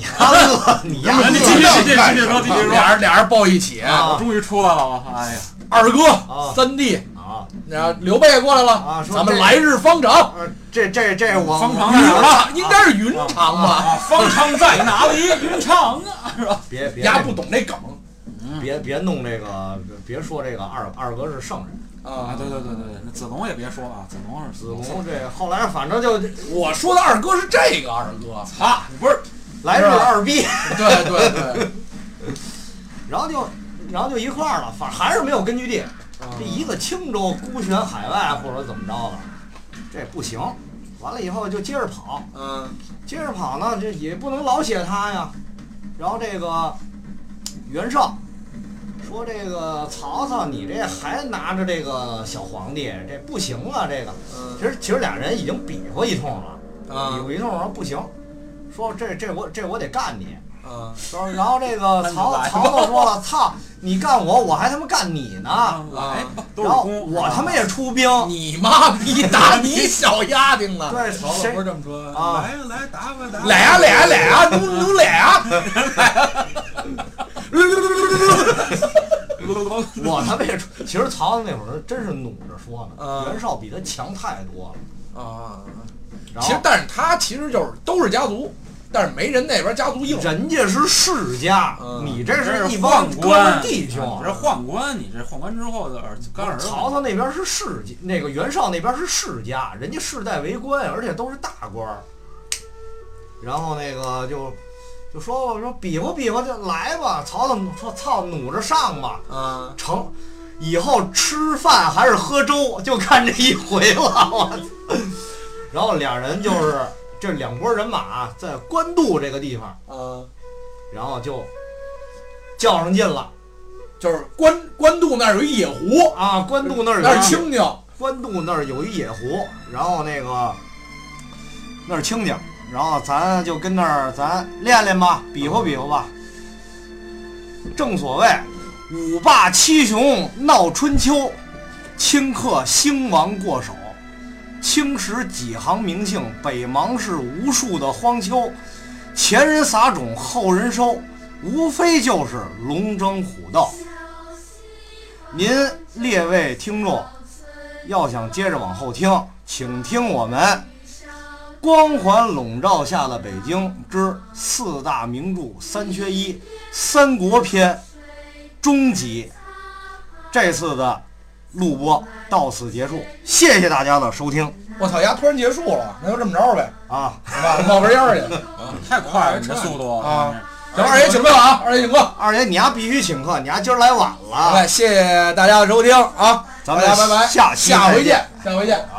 丫乐，你丫你继乐续继续继续说继续说，俩人俩人抱一起，啊我终于出来了，我操！哎呀，二哥啊三弟，啊！然后刘备也过来了啊，说咱们这啊来日方长，呃，这这这我方长云在哪儿呢？长应该是云长吧？啊，方长在哪里？云长啊，是吧？别别丫不懂那梗别别弄这个，别说这个二二哥是圣人，啊，啊对对对对对，那子龙也别说啊，子龙是子龙这后来反正就我说的二哥是这个二哥，啊，你不是来日二逼，对对 对，然后就然后就一块儿了，反正还是没有根据地，这一个青州孤悬海外或者怎么着的，这不行。完了以后就接着跑，嗯接着跑呢，这也不能老写他呀。然后这个袁绍说：“这个曹操，你这还拿着这个小皇帝，这不行啊！这个其实其实俩人已经比划一通了，比嗯划一通说不行，说这这我这我得干你。嗯，说然后这个那你曹来吧曹操说了：操，你干我，我还他妈干你呢！来吧，嗯啊都是啊哎然后公，啊我他妈 也出兵，你妈逼打你小丫丁呢？对曹操谁不是这么说，啊来呀来打吧打吧，来呀来呀来呀，努努来呀！ 我他妈也出。其实曹操那会儿真是努着说呢嗯，袁绍比他强太多了。啊，然其实后但是他其实就是都是家族，但是没人那边家族硬。人家是世家，嗯你这这是一帮宦哥们儿官弟兄啊你。这宦官，你这宦官之后的儿子干儿子，啊曹操那边是世家，那个袁绍那边是世家，人家世代为官，而且都是大官儿。然后那个就就说吧，说比划比划就来吧。曹操说：“操，努着上吧，啊，成。”以后吃饭还是喝粥，就看这一回了。我操！然后俩人就是这两拨人马在官渡这个地方，啊，然后就较上劲了就是官官渡那儿有一野湖，啊！官渡那儿有那一是青鸟。官渡那儿有一野湖，然后那个那儿清静，然后咱就跟那儿咱练练吧，比划比划吧。正所谓五霸七雄闹春秋，顷刻兴亡过手。青史几行名姓，北邙是无数的荒丘。前人撒种，后人收。无非就是龙争虎斗。您列位听众，要想接着往后听，请听我们《光环笼罩下的北京之四大名著三缺一·三国篇》终极。这次的录播到此结束，谢谢大家的收听我操，丫突然结束了，那就这么着呗，啊！好吧，冒根烟儿去。啊太快哎了，你这速度啊！行，二爷请客啊，二爷请客。二爷，你丫必须请客，你丫今儿来晚了。哎，谢谢大家的收听啊，咱们大家拜拜，下期下回再见见，下回见。啊。